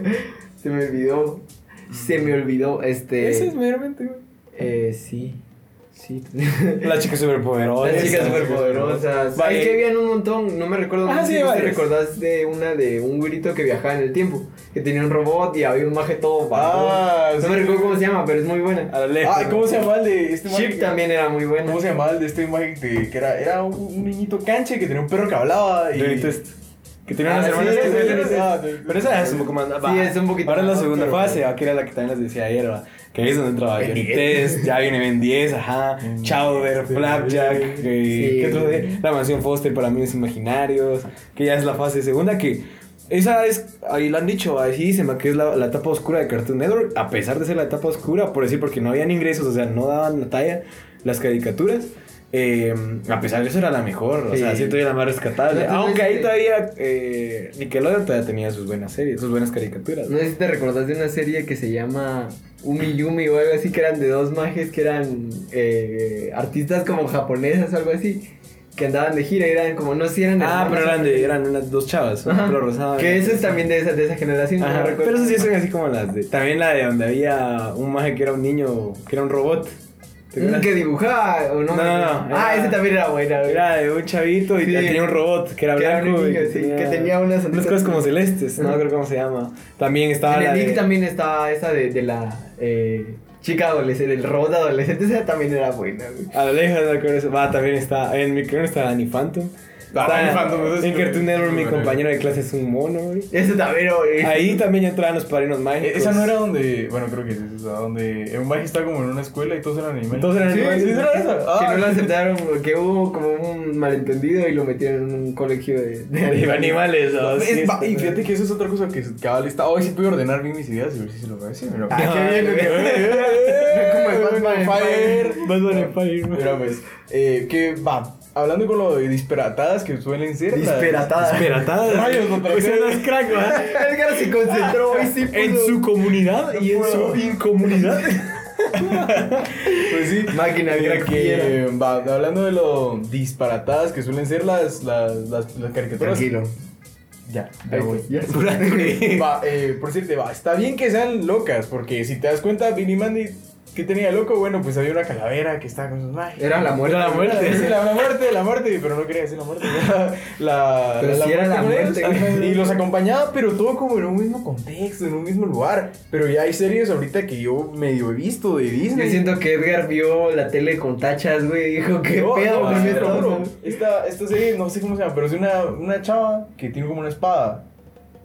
Speaker 3: se me olvidó. Se me olvidó. Este.
Speaker 4: Ese es meramente, güey.
Speaker 3: Eh, sí. Sí.
Speaker 4: Las chicas superpoderosas.
Speaker 3: Las chicas
Speaker 2: Las
Speaker 3: superpoderosas.
Speaker 4: Va,
Speaker 3: Ay,
Speaker 4: eh.
Speaker 3: que habían un montón. No me recuerdo.
Speaker 4: Ah,
Speaker 3: no sé
Speaker 4: sí,
Speaker 3: si
Speaker 4: varias.
Speaker 3: te recordás de una de un güerito que viajaba en el tiempo. Que tenía un robot y había un maje todo
Speaker 2: Ah,
Speaker 3: barbón.
Speaker 2: sí.
Speaker 3: No me recuerdo cómo se llama, pero es muy buena.
Speaker 4: A la lejos.
Speaker 2: Ah, ¿cómo se llama el de este man
Speaker 3: Chip
Speaker 2: que-
Speaker 3: también era muy buena.
Speaker 2: ¿Cómo se llamaba el de este imagen de- que era, era un, un niñito canche que tenía un perro que hablaba? Y...
Speaker 4: Johnny Test. Que tiene unas
Speaker 3: Ah, sí,
Speaker 4: hermanas que
Speaker 3: sí,
Speaker 4: se
Speaker 3: sí,
Speaker 4: llaman
Speaker 3: sí.
Speaker 4: Johnny Test. Pero esa es un poco más. va.
Speaker 3: es un poquito
Speaker 4: Ahora es la
Speaker 3: más,
Speaker 4: segunda
Speaker 3: pero-
Speaker 4: fase, va, que era la que también les decía ayer, va, Que ahí es donde entraba
Speaker 2: Ben
Speaker 4: Johnny
Speaker 2: 10.
Speaker 4: Test, ya viene Ben 10, ajá.
Speaker 2: Ben
Speaker 4: Chowder,
Speaker 2: 10,
Speaker 4: Flapjack, eh,
Speaker 3: Mm. Sí.
Speaker 4: ¿qué otro de? La mansión Foster para mí es imaginarios, que ya es la fase segunda que. Esa es, ahí lo han dicho, así dicen va, que es la, la etapa oscura de Cartoon Network, a pesar de ser la etapa oscura, por decir, porque no habían ingresos, o sea, no daban la talla las caricaturas, eh, a pesar de eso era la mejor, o sea,
Speaker 3: Sí.
Speaker 4: siento que era la más rescatable.
Speaker 3: Entonces,
Speaker 4: Aunque ahí
Speaker 3: este-
Speaker 4: todavía eh, Nickelodeon todavía tenía sus buenas series, sus buenas caricaturas.
Speaker 3: No sé si te recordás de una serie que se llama Umi Yumi o algo así, que eran de dos mages que eran eh, artistas como japonesas o algo así, que andaban de gira y eran como, no sé si eran
Speaker 4: Ah,
Speaker 3: hermanas o
Speaker 4: pero eran,
Speaker 3: algo
Speaker 4: de-
Speaker 3: así.
Speaker 4: eran unas dos chavas,
Speaker 3: Ajá.
Speaker 4: una flor rosada.
Speaker 3: Que eso es también de esa, de esa generación, no
Speaker 4: Ajá,
Speaker 3: me recuerdo.
Speaker 4: pero eso sí son así como las de. También la de donde había un maje que era un niño, que era un robot. ¿Te
Speaker 3: Mm,
Speaker 4: acuerdas?
Speaker 3: Que dibujaba o
Speaker 4: No,
Speaker 3: no.
Speaker 4: no,
Speaker 3: Ah,
Speaker 4: no, era-
Speaker 3: ese también era buena, güey.
Speaker 4: Era de un chavito y
Speaker 3: Sí.
Speaker 4: tenía un robot que era
Speaker 3: Que era un
Speaker 4: blanco. y
Speaker 3: niño, sí, que tenía unas
Speaker 4: unas cosas como
Speaker 3: antenas.
Speaker 4: celestes, no
Speaker 3: Ajá.
Speaker 4: creo cómo se llama. También estaba
Speaker 3: en
Speaker 4: la
Speaker 3: el
Speaker 4: de-
Speaker 3: Nick también estaba esa de, de la eh, chica adolescente, el robot adolescente, esa también era buena, güey.
Speaker 4: Aleja de eso. Va, también está. En mi creo está Danny Phantom.
Speaker 2: Ah,
Speaker 4: Está-
Speaker 2: Danny Phantom,
Speaker 3: pues,
Speaker 2: eso es
Speaker 4: En
Speaker 2: que-
Speaker 4: Cartoon Network, mi
Speaker 2: bueno.
Speaker 4: compañero de clase es un mono, güey.
Speaker 3: Eso también era buena.
Speaker 4: Ahí también ya entraban los padrinos
Speaker 2: Eh,
Speaker 4: mágicos.
Speaker 2: Esa no era donde. Bueno, creo que es esa. Donde un mago está como en una escuela y todos eran animales.
Speaker 4: Todos eran
Speaker 2: Sí,
Speaker 4: animales.
Speaker 2: sí, era esa.
Speaker 3: Que
Speaker 2: Ah,
Speaker 3: no lo aceptaron, que hubo como un malentendido y lo metieron en un colegio de,
Speaker 4: De animales, ¿no?
Speaker 2: Es-
Speaker 4: Sí, este.
Speaker 2: va-
Speaker 4: está-
Speaker 2: y fíjate que eso es otra cosa que cabal está. Hoy sí pude ordenar bien mis ideas y ver si se lo parece. Pero...
Speaker 3: Ah, qué bien,
Speaker 4: Ajá, güey. eh,
Speaker 3: Como en Batman
Speaker 2: Fire.
Speaker 4: Batman en Fire, güey.
Speaker 2: Mira, pues, eh, que va. Hablando con lo de disparatadas que suelen ser. las-
Speaker 3: Disperatada.
Speaker 4: Esperatadas.
Speaker 2: Rayos, no, pero
Speaker 4: O sea,
Speaker 2: qué-
Speaker 4: no es crack, ¿verdad?
Speaker 3: Edgar se concentró y sí pudo.
Speaker 4: En su comunidad y en
Speaker 2: puedo.
Speaker 4: su incomunidad.
Speaker 2: Pues sí.
Speaker 3: Máquina
Speaker 2: Eh,
Speaker 3: crack
Speaker 2: que, va, hablando de lo disparatadas que suelen ser las, las, las, las caricaturas.
Speaker 3: Tranquilo.
Speaker 2: Ya,
Speaker 3: Ahí
Speaker 2: ahí
Speaker 3: voy.
Speaker 2: voy.
Speaker 3: Ya.
Speaker 2: Va, eh, por cierto, va, está bien que sean locas, porque si te das cuenta, Billy Mandy, ¿qué tenía de loco? Bueno, pues había una calavera que estaba con sus magias.
Speaker 3: Era la muerte.
Speaker 4: Era la muerte.
Speaker 2: Sí, la, la muerte, la muerte, pero no quería decir la muerte. La, la,
Speaker 3: Pero sí era la
Speaker 2: con ellos,
Speaker 3: muerte,
Speaker 2: ajá,
Speaker 3: güey.
Speaker 2: Y los acompañaba, pero todo como en un mismo contexto, en un mismo lugar. Pero ya hay series ahorita que yo medio he visto de Disney.
Speaker 3: Yo siento que Edgar vio la tele con tachas, güey. y Dijo, qué
Speaker 2: No,
Speaker 3: pedo ¿eh?
Speaker 2: no,
Speaker 3: con
Speaker 2: sí,
Speaker 3: esto,
Speaker 2: te lo juro.
Speaker 3: güey?
Speaker 2: Esta, esta serie, no sé cómo se llama, pero es una, una chava que tiene como una espada.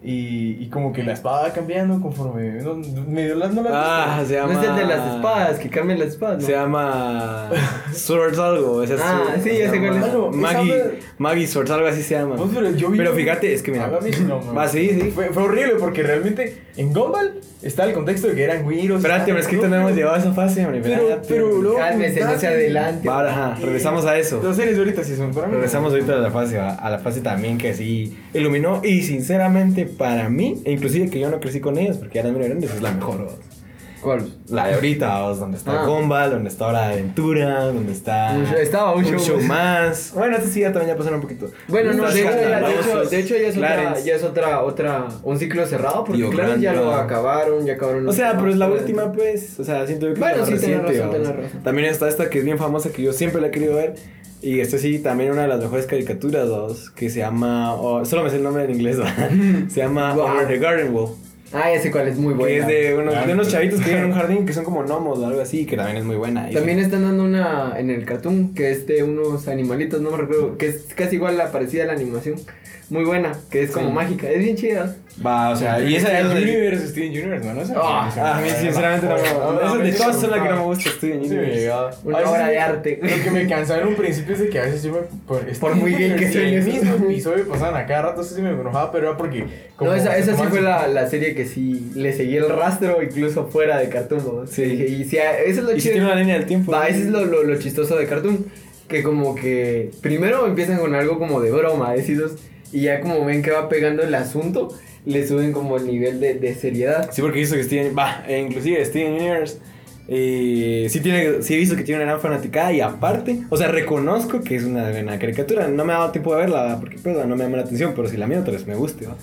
Speaker 2: Y, y como que la espada va cambiando conforme. No, medio las no las.
Speaker 4: Ah, se llama.
Speaker 3: No es el de las espadas, que cambian las espadas, ¿no?
Speaker 4: Se llama. Swords algo. ese es
Speaker 3: Ah,
Speaker 4: su-
Speaker 3: sí,
Speaker 4: se
Speaker 3: ya sé cuál es.
Speaker 4: llama
Speaker 2: Ah, no, esa madre-
Speaker 4: Maggie, Maggie Swords, algo así se llama.
Speaker 2: No, pero yo vi-
Speaker 4: Pero fíjate, es que mira.
Speaker 2: Algo así, no, no.
Speaker 4: Va, sí, sí.
Speaker 2: Fue, fue horrible porque realmente en Gumball está el contexto de que eran güiros.
Speaker 4: Espérate, pero es que no hemos llevado a esa fase, hombre.
Speaker 2: Pero,
Speaker 4: espérate.
Speaker 2: pero, luego.
Speaker 3: Cálmese, no se adelante.
Speaker 4: Va, ajá, regresamos a eso.
Speaker 2: Las series ahorita sí son para mí.
Speaker 4: Regresamos ahorita a la fase, a, a la fase también que sí iluminó y sinceramente para mí, e inclusive que yo no crecí con ellas porque eran muy grandes, es la mejor. ¿vos?
Speaker 3: ¿Cuál?
Speaker 4: La de ahorita, ¿vos? donde está
Speaker 3: Ah.
Speaker 4: Gumball, donde está Hora de Aventura, donde está
Speaker 3: Un show- estaba un show
Speaker 4: más. Bueno, este sí ya también ya pasaron un poquito.
Speaker 3: Bueno, no, de
Speaker 4: Donde
Speaker 3: hecho,
Speaker 4: está
Speaker 3: ya, de hecho,
Speaker 4: Escandalosos,
Speaker 3: de hecho ya es, otra,
Speaker 4: Clarence.
Speaker 3: ya es otra, otra, un ciclo cerrado, porque
Speaker 4: Tío
Speaker 3: claro, ya lo
Speaker 4: Grandpa.
Speaker 3: acabaron, ya acabaron.
Speaker 4: O
Speaker 3: los
Speaker 4: sea, pero es la
Speaker 3: demás.
Speaker 4: última, pues. O sea, siento yo que
Speaker 3: Bueno,
Speaker 4: es la más
Speaker 3: sí, tenés
Speaker 4: reciente,
Speaker 3: razón,
Speaker 4: ¿verdad?
Speaker 3: tenés razón.
Speaker 4: También está esta que es bien famosa, que yo siempre la he querido ver. Y esta sí, también una de las mejores caricaturas, dos, que se llama. oh, solo me sé el nombre en inglés, ¿verdad? Se llama
Speaker 3: Wow.
Speaker 4: Over the Garden Wall.
Speaker 3: Ah, ya sé cuál, es muy buena.
Speaker 4: Que es de unos, de unos
Speaker 2: Ah,
Speaker 4: chavitos que viven en un jardín que son como gnomos o algo así, que también es muy buena. Y
Speaker 3: También están dando una en el cartoon que es de unos animalitos, no me recuerdo, que es casi igual la parecida a la animación. Muy buena, que es como
Speaker 4: Sí.
Speaker 3: mágica, es bien chida.
Speaker 4: Va, o sea, y esa es
Speaker 2: Steven
Speaker 4: donde-
Speaker 2: Universe, Steven Universe, ¿no? Esa-
Speaker 3: Ah,
Speaker 4: A mí, sinceramente, no me
Speaker 2: Ah,
Speaker 4: Esa de
Speaker 2: me
Speaker 4: todas son las que no me
Speaker 2: encantaba.
Speaker 4: gusta, estoy en
Speaker 2: Sí, me
Speaker 4: Universe.
Speaker 2: llegaba.
Speaker 3: Una
Speaker 2: A veces
Speaker 3: obra
Speaker 2: me-
Speaker 3: de arte.
Speaker 2: Lo que me cansaba en un principio es de que a veces yo me. Por, este,
Speaker 3: muy gay que
Speaker 2: si
Speaker 3: soy
Speaker 2: el
Speaker 3: eso.
Speaker 2: mismo episodio pasaban a cada rato, eso sí me enojaba, pero era porque. como
Speaker 3: no, esa,
Speaker 2: se
Speaker 3: esa sí
Speaker 2: tomaban
Speaker 3: fue
Speaker 2: su-
Speaker 3: la, la serie que sí le seguí el rastro, incluso fuera de cartoon. ¿no?
Speaker 4: Sí.
Speaker 3: Y, y sí, eso es lo
Speaker 4: Y si
Speaker 3: chido.
Speaker 4: tiene una línea del tiempo.
Speaker 3: Va, ese es lo, lo- lo chistoso de Cartoon. Que como que primero empiezan con algo como de broma, decidos. Y ya como ven que va pegando el asunto, le suben como el nivel de, de seriedad.
Speaker 4: Sí, porque he visto que Steven, va, e inclusive Steven Universe, eh, sí, tiene, sí he visto que tiene una gran fanaticada y aparte, o sea, reconozco que es una buena caricatura, no me ha dado tiempo de verla, ¿va? porque pues, no me llama la atención, pero si la miro, tal vez me guste, ¿va?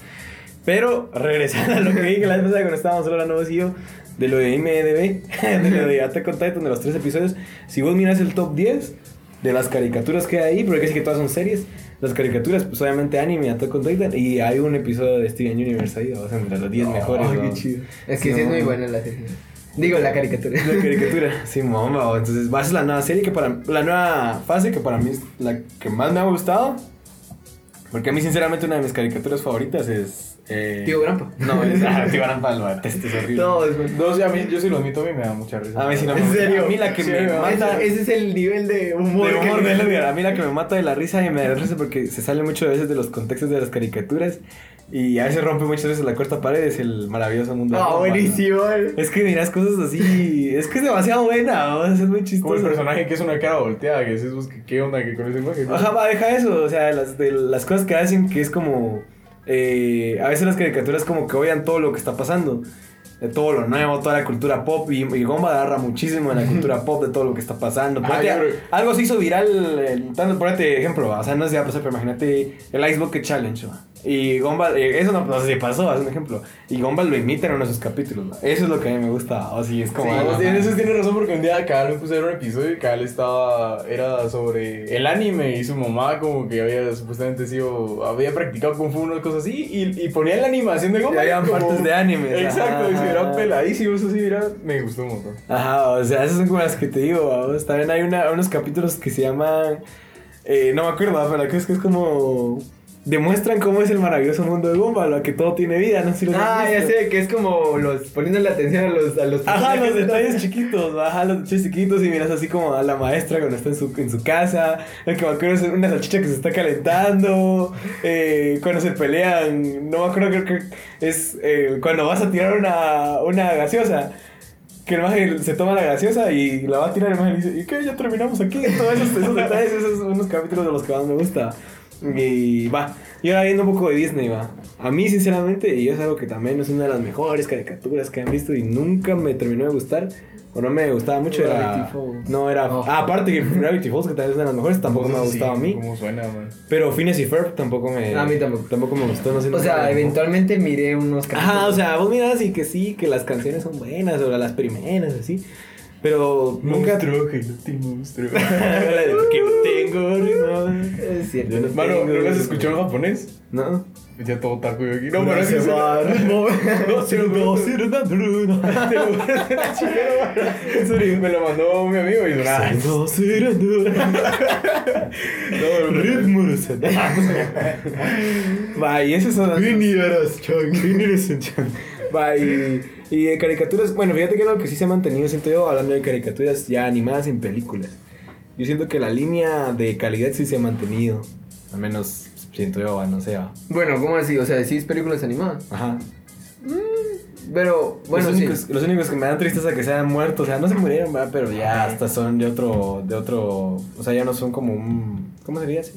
Speaker 4: Pero, regresando a lo que dije la vez pasada cuando estábamos hablando vos y yo, de lo de IMDB, de lo de Attack on Titan, de los tres episodios, si vos miras el top 10 de las caricaturas que hay ahí, porque casi que todas son series, las caricaturas, pues obviamente anime, Attack on Titan, y hay un episodio de Steven Universe ahí, o sea, entre los 10 mejores.
Speaker 2: Ay, qué
Speaker 4: ¿va?
Speaker 2: chido.
Speaker 3: Es que sí,
Speaker 4: No.
Speaker 3: es muy buena la serie. Digo, la caricatura.
Speaker 4: La caricatura, sí, mamá. o Entonces, va a ser la nueva serie que para la nueva fase que para mí es la que más me ha gustado. Porque a mí, sinceramente, una de mis caricaturas favoritas es. eh,
Speaker 3: Tío Grampa.
Speaker 4: No, es ah, Tío Grampa, lo detesto, es horrible.
Speaker 3: No, es bueno.
Speaker 2: No, sí, a mí, yo sí lo admito, a mí me da mucha risa.
Speaker 4: A mí sí no me
Speaker 3: ¿En
Speaker 4: gusta.
Speaker 3: serio?
Speaker 4: A mí la que
Speaker 2: Sí,
Speaker 4: me
Speaker 2: ¿verdad?
Speaker 4: mata.
Speaker 3: Ese, ese es el nivel de humor.
Speaker 4: de
Speaker 3: que-
Speaker 4: humor de Edgar. A mí la que me mata de la risa y me da risa porque se sale mucho a veces de los contextos de las caricaturas y a veces rompe muchas veces la cuarta pared es el maravilloso mundo. de
Speaker 3: Ah,
Speaker 4: Gumball, ¿no?
Speaker 3: buenísimo. eh.
Speaker 4: Es que miras cosas así, es que es demasiado buena, o sea, es muy chistoso.
Speaker 2: Como el personaje que es una cara volteada, que decís, pues, ¿qué- ¿qué onda que con ese imagen?
Speaker 4: Ajá, va, deja eso. O sea, las, de, las cosas que hacen que es como. eh, a veces las caricaturas como que oigan todo lo que está pasando. De todo lo nuevo, toda la cultura pop. Y, y Gomba agarra muchísimo en la cultura pop de todo lo que está pasando.
Speaker 2: Ah,
Speaker 4: Ponete,
Speaker 2: yo creo-
Speaker 4: Algo se hizo viral. eh, Tanto, ponete ejemplo, va, o sea, no se va a pasar, pero imagínate el Ice Bucket Challenge. va. Y Gomba, eh, eso no, no sé si pasó, es un ejemplo. Y Gomba lo imita en uno de sus capítulos. va. Eso es lo que a mí me gusta. O sí, es
Speaker 2: Sí,
Speaker 4: como. ah,
Speaker 2: pues, en
Speaker 4: ajá.
Speaker 2: eso tiene razón porque un día Kaal me puse a ver un episodio y Kaal estaba era sobre el anime y su mamá como que había supuestamente sido había practicado kung fu unas cosas así y, y ponía la animación de Goku.
Speaker 4: Y habían partes de anime.
Speaker 2: Exacto, y se
Speaker 4: ajá.
Speaker 2: verá peladísimo, eso sí mira, me gustó un montón.
Speaker 4: Ajá, o sea, esas son como las que te digo, vamos. También hay una- unos capítulos que se llaman. eh, no me acuerdo, ¿va? pero que es que es como. Demuestran cómo es el maravilloso mundo de Bomba, lo que todo tiene vida, no sé si los has
Speaker 3: Ah, ya
Speaker 4: visto.
Speaker 3: sé, que es como los poniéndole atención a los. A los
Speaker 4: Ajá, los
Speaker 3: personajes, ¿no?
Speaker 4: detalles chiquitos, va, ajá, los detalles chiquitos y miras así como a la maestra cuando está en su, en su casa, el que me acuerdo es una salchicha que se está calentando, eh, cuando se pelean, no me acuerdo, creo que es eh, cuando vas a tirar una, una gaseosa. Que el maje se toma la gaseosa y la va a tirar y el maje le dice, ¿y qué? Ya terminamos aquí. Todos esos, esos detalles, esos son unos capítulos de los que más me gusta. Y va. Y ahora viendo un poco de Disney, va. A mí, sinceramente, y es algo que también es una de las mejores caricaturas que han visto y nunca me terminó de gustar, o no me gustaba mucho era.
Speaker 3: Gravity Falls. Oh.
Speaker 4: No, era.
Speaker 3: No.
Speaker 4: Ah, aparte que Gravity Falls, que también es una de las mejores, tampoco me ha gustado a mí.
Speaker 2: ¿Cómo suena, man?
Speaker 4: Pero Phineas y Ferb tampoco me.
Speaker 3: A mí tampoco.
Speaker 4: Tampoco me gustó, no sé. no
Speaker 3: O sea,
Speaker 4: me-
Speaker 3: eventualmente miré unos
Speaker 4: Ajá, o
Speaker 3: capítulos.
Speaker 4: sea, vos mirás y que sí, que las canciones son buenas, o las primeras, así. Pero nunca.
Speaker 2: Monstruo, Gelati, monstruo.
Speaker 4: La de que tengo, no.
Speaker 3: Es cierto.
Speaker 2: Mano, ¿no las escuchó en japonés? Pues
Speaker 4: No.
Speaker 2: Ya todo taco yo aquí. No,
Speaker 4: No,
Speaker 2: pero es que
Speaker 4: se
Speaker 2: sí.
Speaker 4: va.
Speaker 2: No, no, sí, no, sí. Me lo mandó mi amigo y nada. No, pero-
Speaker 4: Va, y esas son. Va, y, y de caricaturas. Bueno, fíjate que es lo que sí se ha mantenido, siento yo, hablando de caricaturas ya animadas en películas. Yo siento que la línea de calidad sí se ha mantenido. Al menos siento yo, va, no sé, va.
Speaker 3: Bueno, ¿cómo así? O sea, sí es películas animadas.
Speaker 4: Ajá.
Speaker 3: Pero, bueno,
Speaker 4: los,
Speaker 3: sí.
Speaker 4: únicos, los únicos que me dan tristeza que se hayan muerto, o sea, no se murieron, ¿verdad? Pero ya hasta son de otro, de otro, o sea, ya no son como un, ¿cómo sería así?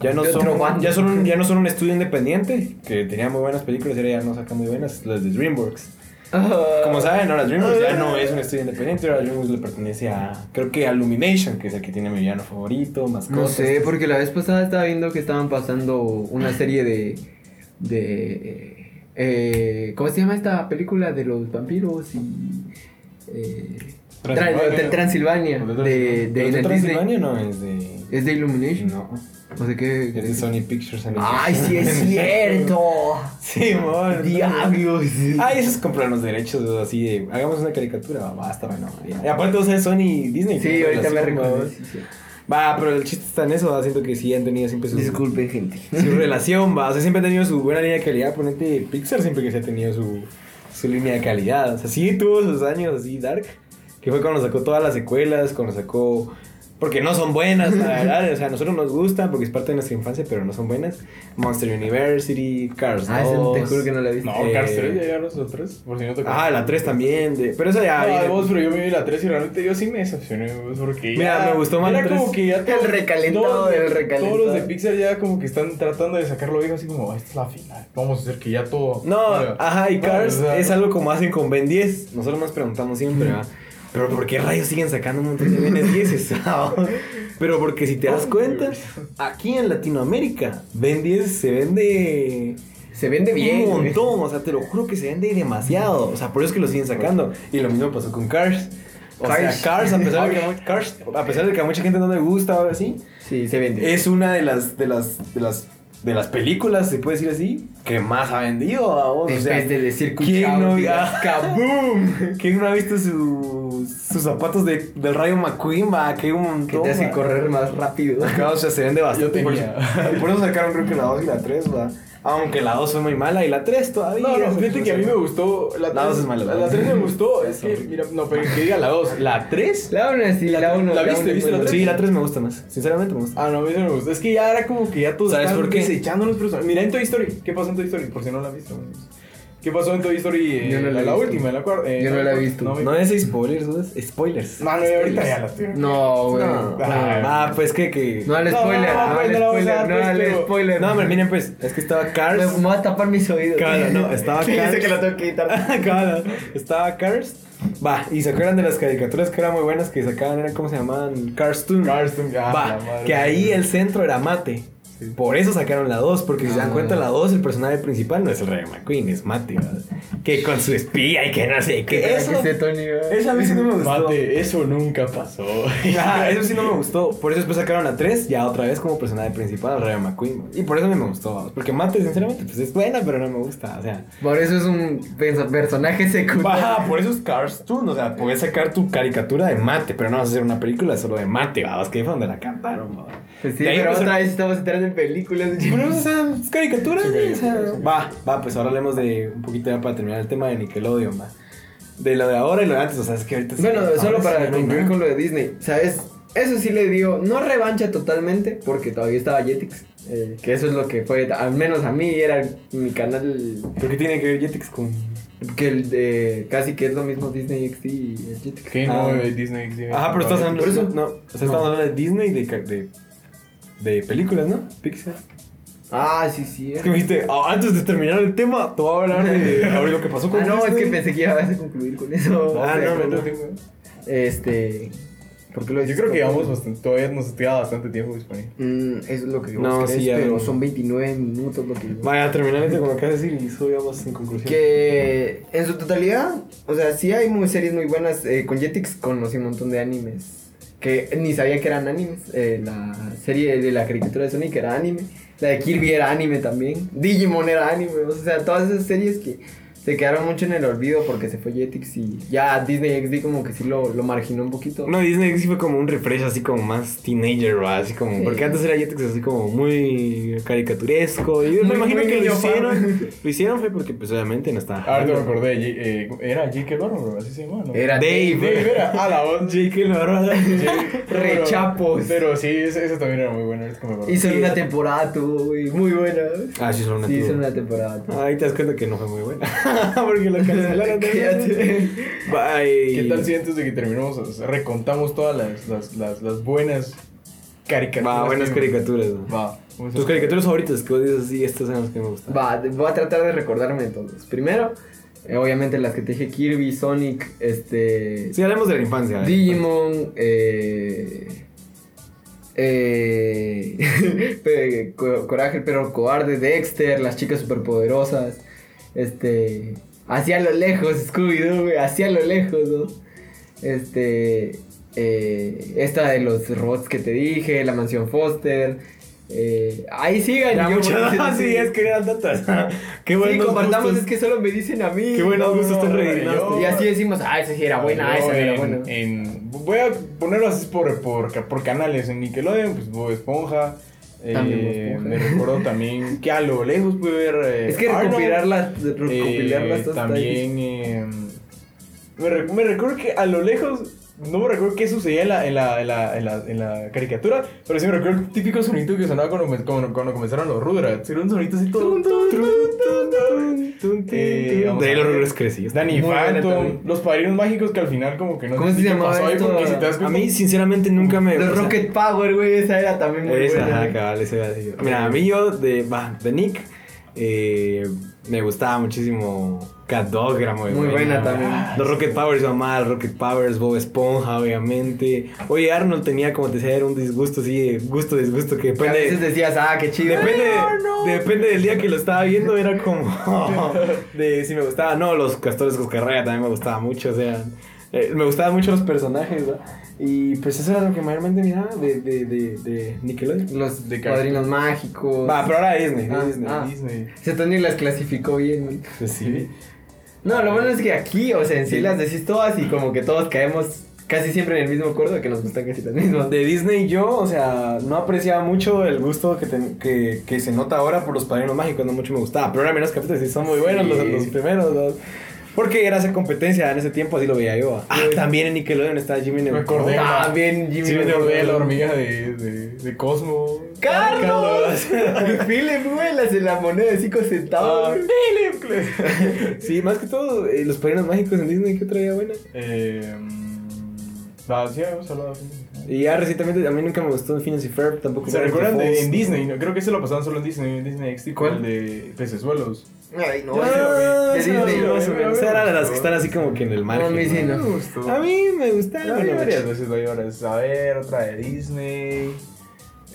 Speaker 4: Ya no,
Speaker 3: De
Speaker 4: son,
Speaker 3: otro bando.
Speaker 4: ya, son un- ya no son un estudio independiente, que tenía muy buenas películas y ahora ya no saca muy buenas, las de DreamWorks.
Speaker 3: Ah,
Speaker 4: Como saben, ahora DreamWorks ya no es un estudio independiente, ahora DreamWorks le pertenece a, creo que a Illumination, que es el que tiene mi villano favorito, más
Speaker 3: No
Speaker 4: cosas.
Speaker 3: sé, porque la vez pasada estaba viendo que estaban pasando una serie de. de. eh, ¿Cómo se llama esta película de los vampiros y. eh, Tran-
Speaker 2: Transilvania.
Speaker 3: de Transilvania?
Speaker 4: ¿Los
Speaker 3: De, de,
Speaker 4: ¿Los
Speaker 3: en el
Speaker 4: Transilvania
Speaker 3: Disney.
Speaker 4: no es de...
Speaker 3: ¿Es de Illumination?
Speaker 4: No,
Speaker 3: O sea, ¿qué?
Speaker 4: es de Sony Pictures.
Speaker 3: ¡Ay, sí es cierto!
Speaker 4: Sí, amor.
Speaker 3: ¡Diablos!
Speaker 4: Ay, esos compran los derechos, o así de, hagamos una caricatura, basta, bueno. ya. Y aparte, o sea, Sony y Disney.
Speaker 3: Sí,
Speaker 4: ¿no?
Speaker 3: ahorita
Speaker 4: Las
Speaker 3: me
Speaker 4: firmas.
Speaker 3: recuerdo. sí, sí.
Speaker 4: Va, pero el chiste está en eso, va, siento que sí han tenido siempre su,
Speaker 3: Disculpen, gente.
Speaker 4: su relación, va. O sea, siempre han tenido su buena línea de calidad. Ponete Pixar siempre que se ha tenido su, su línea de calidad. O sea, sí tuvo sus años así dark, que fue cuando sacó todas las secuelas, cuando sacó... Porque no son buenas, la verdad. O sea, a nosotros nos gustan porque es parte de nuestra infancia, pero no son buenas. Monster University, Cars
Speaker 3: Ah, esa no
Speaker 4: 2.
Speaker 3: te juro que no la viste.
Speaker 2: No, Cars 3 ya llegaron los tres, por si no te
Speaker 4: Este, Ah, la 3 también. de- pero esa ya.
Speaker 2: Ah,
Speaker 4: viene-
Speaker 2: vos, pero yo me vi la 3 y realmente yo sí me decepcioné, vos, porque
Speaker 4: Mira,
Speaker 2: ya-
Speaker 4: me gustó más
Speaker 2: era
Speaker 4: la tres.
Speaker 2: como que ya
Speaker 3: El recalentado del recalentado.
Speaker 2: Todos los de Pixar ya como que están tratando de sacarlo viejo así como, "Ah, esta es la final, vamos a hacer que ya todo...
Speaker 4: no,
Speaker 2: o sea,
Speaker 4: ajá, y
Speaker 2: no,
Speaker 4: Cars
Speaker 2: o sea,
Speaker 4: es algo como hacen con Ben 10. Nosotros nos preguntamos siempre, ¿verdad? Pero ¿por qué rayos siguen sacando un montón de Ben 10? Pero porque si te das cuenta, aquí en Latinoamérica, Ben 10 se vende.
Speaker 3: Se vende bien.
Speaker 4: Un
Speaker 3: güey.
Speaker 4: montón, o sea, te lo juro que se vende demasiado. O sea, por eso es que lo siguen sacando. Y lo mismo pasó con Cars. O
Speaker 3: Cars.
Speaker 4: sea, Cars a, pesar de que, mu- Cars, a pesar de que a mucha gente no le gusta ahora sí,
Speaker 3: Sí, se vende.
Speaker 4: es una de las de las de las de las películas, se puede decir así, que más ha vendido a vos. O
Speaker 3: En
Speaker 4: sea,
Speaker 3: vez de decir
Speaker 4: pues, eh, ¿quién
Speaker 3: cuchao,
Speaker 4: no,
Speaker 3: digas,
Speaker 4: ah,
Speaker 3: kaboom.
Speaker 4: ¿Quién no ha visto su- sus zapatos de, del Rayo McQueen? Va, que hay un
Speaker 3: Que
Speaker 4: montón.
Speaker 3: te hace
Speaker 4: va.
Speaker 3: correr más rápido.
Speaker 4: Acá, o sea, se vende bastante.
Speaker 2: Yo
Speaker 4: Por,
Speaker 2: tenía.
Speaker 4: por eso sacaron creo que la 2 y la 3, va. Aunque la 2 fue muy mala y la 3 todavía.
Speaker 2: No, no,
Speaker 4: se-
Speaker 2: fíjate que a mí me gustó la 3.
Speaker 4: La dos es mala, la
Speaker 2: La
Speaker 4: dos.
Speaker 2: 3 me gustó, es que, mira, no, pero que diga la 2. ¿La 3?
Speaker 3: La 1 sí, la,
Speaker 2: la-
Speaker 3: 1.
Speaker 2: la viste, viste la
Speaker 4: Sí, la 3 me gusta más. Sinceramente me gusta.
Speaker 2: Ah, no, a mí sí me gustó. Es que ya era como que ya todos
Speaker 4: ¿Sabes
Speaker 2: estaban
Speaker 4: por qué?
Speaker 2: desechando los personajes. Mira en Toy Story. ¿Qué pasó en Toy Story? Por si no la has visto. amigos. ¿Qué pasó en Toy Story? eh,
Speaker 3: Yo no la he visto.
Speaker 2: última, la cuarta. eh,
Speaker 3: Yo no la he
Speaker 2: cuarta.
Speaker 3: visto.
Speaker 2: No, me-
Speaker 4: No es spoilers, ¿sabes? spoilers.
Speaker 2: Mano, yo ahorita ya la estoy.
Speaker 3: No, güey.
Speaker 4: No.
Speaker 3: No,
Speaker 4: Ah, pues que que
Speaker 3: No al
Speaker 2: No,
Speaker 3: spoiler,
Speaker 2: no,
Speaker 3: no
Speaker 2: pues,
Speaker 3: al
Speaker 2: no la vamos a dar,
Speaker 3: spoiler, no
Speaker 2: pues,
Speaker 3: al
Speaker 2: pero-
Speaker 3: spoiler.
Speaker 4: No, pero miren, pues, es que estaba Cars.
Speaker 3: Me voy a tapar mis oídos.
Speaker 4: Claro, no, estaba
Speaker 3: Sí, dice
Speaker 4: Cars.
Speaker 3: que la tengo que quitar.
Speaker 4: Cabal, estaba Cars. Va, y se acuerdan de las caricaturas que eran muy buenas que sacaban, eran como se llamaban Carstoon.
Speaker 2: Carson, ah, la
Speaker 4: Va,
Speaker 2: madre.
Speaker 4: que ahí el centro era mate.
Speaker 2: Sí.
Speaker 4: Por eso sacaron la 2, porque si se dan
Speaker 3: Ah.
Speaker 4: cuenta, la 2, el personaje principal no es el Rayo McQueen, es Mate. ¿verdad? Que con su espía y que no sé
Speaker 3: Que
Speaker 4: qué. Eso,
Speaker 3: ese Tony, güey.
Speaker 4: eso a mí sí no me gustó.
Speaker 2: Mate, eso nunca pasó.
Speaker 4: Ah, eso sí no me gustó. Por eso después sacaron la 3, ya otra vez como personaje principal, al Rayo McQueen. ¿no? Y por eso a mí me gustó. ¿no? Porque Mate, sinceramente, pues es buena, pero no me gusta. O sea,
Speaker 3: Por eso es un pensa- personaje secundario.
Speaker 4: Baja, por eso es Cartoon. O sea, puedes sacar tu caricatura de Mate, pero no vas a hacer una película solo de Mate. Vas que ahí fue donde la cantaron. babas.
Speaker 3: Pues sí,
Speaker 4: De ahí
Speaker 3: pero
Speaker 4: empezó-
Speaker 3: otra vez estamos entrando en películas.
Speaker 4: Pero, o sea, es caricatura.
Speaker 2: Sí,
Speaker 4: ¿no? O sea,
Speaker 2: caricatura, sí.
Speaker 4: va, va, pues ahora hablemos de un poquito ya para terminar el tema de Nickelodeon. va. De lo de ahora y lo de antes. O sea, es que ahorita. sí-
Speaker 3: Bueno,
Speaker 4: ahora
Speaker 3: solo
Speaker 4: sí
Speaker 3: para
Speaker 4: ya no hay
Speaker 3: concluir
Speaker 4: nada.
Speaker 3: con lo de Disney, ¿sabes? Eso sí le dio, no revancha totalmente, porque todavía estaba Jetix, eh, que eso es lo que fue, al menos a mí era mi canal,
Speaker 4: ¿Pero qué tiene que ver Jetix con.?
Speaker 3: que el de, casi que es lo mismo Disney XD y el Jetix.
Speaker 2: ¿Qué? No,
Speaker 4: Ah.
Speaker 2: eh, Disney. Disney.
Speaker 4: Ajá, pero estás hablando.
Speaker 3: Por eso-
Speaker 4: no, o sea, estamos hablando de Disney y de, ca- de, de películas, ¿no? Pixar.
Speaker 3: Ah, sí, sí.
Speaker 4: Es que me dijiste, "Ah, antes de terminar el tema, te voy a hablar de ahora lo que pasó con
Speaker 3: Ah, no, es
Speaker 4: Disney".
Speaker 3: que pensé que ya vas a concluir con eso.
Speaker 4: Ah, no,
Speaker 3: Pero,
Speaker 4: no, Pues, no.
Speaker 3: Este. ¿Por qué lo
Speaker 2: pues Yo
Speaker 3: dices
Speaker 2: creo que
Speaker 3: como-
Speaker 2: llevamos bastante, todavía nos queda bastante tiempo pues, disponible.
Speaker 3: Mm, eso es lo que yo
Speaker 4: No,
Speaker 3: no,
Speaker 4: sí, ya
Speaker 3: pero
Speaker 4: no.
Speaker 3: son 29 minutos lo que yo-
Speaker 4: Vaya, terminalmente con lo que vas a decir y subíamos en conclusión.
Speaker 3: Que en su totalidad, o sea, sí hay muy series muy buenas. eh, con Jetix conocí un montón de animes. Que ni sabía que eran animes. eh, la serie de la caricatura de Sonic era anime. La de Kirby era anime también. Digimon era anime. O sea, todas esas series que se quedaron mucho en el olvido porque se fue Jetix y ya Disney XD como que sí lo, lo marginó un poquito.
Speaker 4: No, Disney sí fue como un refresh así como más teenager, ¿va? así como.
Speaker 3: Sí.
Speaker 4: Porque antes era Jetix así como muy caricaturesco. Y yo me
Speaker 3: Muy-
Speaker 4: imagino
Speaker 3: muy
Speaker 4: que lo
Speaker 3: niño fan.
Speaker 4: hicieron. Lo hicieron fue porque pues obviamente no estaba.
Speaker 2: Ahora te me acordé, J- eh, ¿era J.K. Rowling, bro? Así se llama, ¿no?
Speaker 3: Era
Speaker 4: Dave.
Speaker 2: Dave, era, a la voz.
Speaker 4: Jake la verdad.
Speaker 3: Rechapos.
Speaker 2: Pero sí, ese, ese también era muy bueno. ahorita que me acuerdo.
Speaker 3: Y solo una temporada tuvo, güey. Muy buena.
Speaker 4: Ah, sí, son una
Speaker 3: Sí,
Speaker 4: tuvo.
Speaker 3: solo una temporada tuvo.
Speaker 4: Ahí te das cuenta que no fue muy buena. porque lo cancelaron.
Speaker 3: Cállate.
Speaker 4: Bye.
Speaker 2: ¿Qué tal si antes de que terminemos o sea, recontamos todas las, las, las, las buenas caricaturas?
Speaker 4: Va, buenas
Speaker 2: que-
Speaker 4: caricaturas. ¿no?
Speaker 2: Va. vamos a-
Speaker 4: Tus caricaturas favoritas que vos dices, sí, estas son las que me gustan.
Speaker 3: Va, de- voy a tratar de recordarme de todos. Primero, eh, obviamente las que te dije, Kirby, Sonic, este...
Speaker 4: Sí, hablemos de la infancia. ¿eh?
Speaker 3: Digimon, eh... eh, pe- co- Coraje, pero cobarde, Dexter, las chicas superpoderosas, este... Hacia lo lejos, Scooby-Doo, güey, hacia lo lejos, ¿no? Este... eh, esta de los robots que te dije, la mansión Foster. eh, ahí sigan.
Speaker 4: Ya,
Speaker 3: yo
Speaker 4: muchas
Speaker 3: porque-
Speaker 4: sí, es que eran tantas. Qué
Speaker 3: sí,
Speaker 4: buenos
Speaker 3: compartamos,
Speaker 4: gustos.
Speaker 3: es que solo me dicen a mí.
Speaker 4: Qué buenos
Speaker 3: No,
Speaker 4: gustos
Speaker 3: no,
Speaker 4: tan
Speaker 3: no,
Speaker 4: rellenados.
Speaker 3: no. Y así decimos, ah, esa sí era buena,
Speaker 2: Yo
Speaker 3: esa sí era
Speaker 2: en-
Speaker 3: buena.
Speaker 2: en- voy a ponerlo así por, por, por canales. En Nickelodeon, pues Bob Esponja. eh,
Speaker 3: También Bob Esponja.
Speaker 2: Me recuerdo también que a lo lejos pude ver. eh,
Speaker 3: Es que
Speaker 2: Arnold.
Speaker 3: recopilarlas,
Speaker 2: Eh,
Speaker 3: recopilarlas todas está difícil.
Speaker 2: También. eh, me, rec- me recuerdo que a lo lejos. No me recuerdo qué sucedía en la, en la, en la, en la, en la caricatura, pero sí me recuerdo el típico sonidito que sonaba cuando, me- cuando, cuando comenzaron los Rugrats. Era un sonidito así todo.
Speaker 4: Tun, tun, tun, tun, tun, tun,
Speaker 2: Eh,
Speaker 4: tun.
Speaker 2: vamos
Speaker 4: De ahí
Speaker 2: a
Speaker 4: los
Speaker 2: ver.
Speaker 4: Rugrats crecí.
Speaker 2: Danny
Speaker 3: Muy buena
Speaker 2: Phantom,
Speaker 3: también.
Speaker 2: los padrinos mágicos que al final como que no
Speaker 3: ¿Cómo
Speaker 2: sé
Speaker 3: se
Speaker 2: qué
Speaker 3: llamaba
Speaker 2: pasó ahí,
Speaker 3: esto?
Speaker 2: porque si te das
Speaker 4: A
Speaker 2: cuenta-
Speaker 4: mí, sinceramente, nunca me.
Speaker 3: Los
Speaker 4: o sea,
Speaker 3: Rocket Power, güey, esa era también muy
Speaker 4: Esa,
Speaker 3: buena.
Speaker 4: ajá, cabal, esa era así. Mira, a mí yo de, va, de Nick eh, me gustaba muchísimo Cat Dog, era muy,
Speaker 3: Muy buena también.
Speaker 4: Los Rocket Powers, yo amaba los Rocket Powers, Bob Esponja, obviamente. Oye, Arnold tenía, como te decía, era un disgusto así, de gusto, disgusto, que
Speaker 3: Que a
Speaker 4: depende.
Speaker 3: veces decías, ah, qué chido.
Speaker 4: Depende,
Speaker 3: Ay, Arnold.
Speaker 4: depende del día que lo estaba viendo, era como de si me gustaba. No, los castores Coscarrea también me gustaba mucho, o sea, eh, me gustaban mucho los personajes, ¿va? Y pues eso era lo que mayormente miraba de, de, de, de Nickelodeon.
Speaker 3: Los
Speaker 2: De
Speaker 3: padrinos mágicos.
Speaker 4: Va, pero ahora Disney,
Speaker 3: Ah,
Speaker 4: Disney.
Speaker 3: ah.
Speaker 2: Disney.
Speaker 3: Ese Tony las clasificó bien, güey.
Speaker 4: Pues sí.
Speaker 3: No, lo bueno es que aquí, o sea, en sí las decís todas y como que todos caemos casi siempre en el mismo acuerdo que nos gustan casi las mismas.
Speaker 4: De Disney yo, o sea, no apreciaba mucho el gusto que, ten- que, que se nota ahora por los padrinos mágicos, no mucho me gustaba, pero ahora menos capítulos sí son muy buenos los,
Speaker 3: Sí.
Speaker 4: los primeros dos. Porque era esa competencia en ese tiempo, así lo veía yo. Ah,
Speaker 3: Sí.
Speaker 4: también en Nickelodeon estaba Jimmy
Speaker 2: Me acordé.
Speaker 4: Neutron. Ah,
Speaker 3: También Ah, Jimmy.
Speaker 2: Sí, me
Speaker 3: Neutron.
Speaker 2: acordé de la hormiga de, de, de Cosmo.
Speaker 3: ¡Carlos!
Speaker 4: Carlos.
Speaker 3: Philip, güey, las en la moneda de 5 centavos.
Speaker 4: Ah,
Speaker 3: güey.
Speaker 4: Sí, más que todo, eh, los padrinos mágicos en Disney, ¿qué traía buena?
Speaker 2: Eh, ah, sí, habíamos hablado de Disney.
Speaker 4: Y ya recientemente, a mí nunca me gustó Phineas y Ferb, tampoco.
Speaker 2: ¿Se
Speaker 4: Gravity
Speaker 2: recuerdan de
Speaker 4: Falls.
Speaker 2: en Disney? No, creo que ese lo pasaban solo en Disney, en Disney XD.
Speaker 3: ¿Cuál?
Speaker 2: El de Pecesuelos.
Speaker 3: Ay, no,
Speaker 4: Ah,
Speaker 3: de
Speaker 4: esa era
Speaker 3: Disney,
Speaker 4: la-
Speaker 3: no,
Speaker 4: más o menos. Esa era de las que están así como que en el margen.
Speaker 3: No, a mí sí,
Speaker 4: ¿no?
Speaker 3: no.
Speaker 2: Me gustó.
Speaker 4: A mí me
Speaker 2: Ah, Ya
Speaker 4: gustaron.
Speaker 2: vi
Speaker 4: ¿no?
Speaker 2: varias veces lo llevarás a ver, otra de Disney.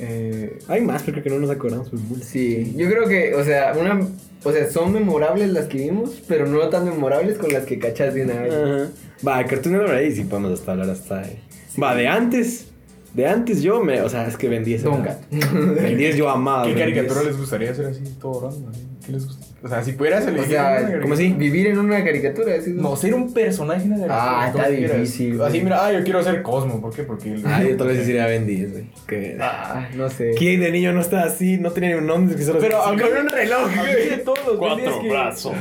Speaker 2: Eh,
Speaker 4: Hay más, pero creo que no nos acordamos por mucho.
Speaker 3: Sí, yo creo que, o sea, una, o sea, son memorables las que vimos, pero no tan memorables con las que cachas de una vez.
Speaker 4: Ajá. Va, Cartoon Network ahí sí podemos hasta hablar hasta. eh. Va, de antes. De antes yo me. O sea, es que vendí ese.
Speaker 3: Don Gato.
Speaker 4: Ben 10 yo amaba.
Speaker 2: ¿Qué
Speaker 4: Ben 10.
Speaker 2: caricatura les gustaría hacer así todo random? así? ¿Qué les gusta? O sea, si pudieras
Speaker 3: O
Speaker 2: elegir.
Speaker 3: sea,
Speaker 4: ¿cómo
Speaker 3: como
Speaker 4: así?
Speaker 3: si vivir en una caricatura. así,
Speaker 2: No, ser un personaje en la
Speaker 3: Ah,
Speaker 2: caricatura,
Speaker 3: está
Speaker 2: como quieras.
Speaker 3: difícil,
Speaker 2: Así,
Speaker 3: güey.
Speaker 2: mira, ah, yo quiero ser Cosmo. ¿Por qué? Porque. el-
Speaker 4: Ah, yo tal vez sí sería Ben 10, güey. Que-
Speaker 3: Ah, no sé.
Speaker 4: ¿Quién de niño no está así? No tenía ni un nombre. Es que solo Ah,
Speaker 2: Pero a mí,
Speaker 4: Con un
Speaker 2: a
Speaker 4: reloj,
Speaker 2: mí de
Speaker 4: güey.
Speaker 2: todos los Ben 10 que-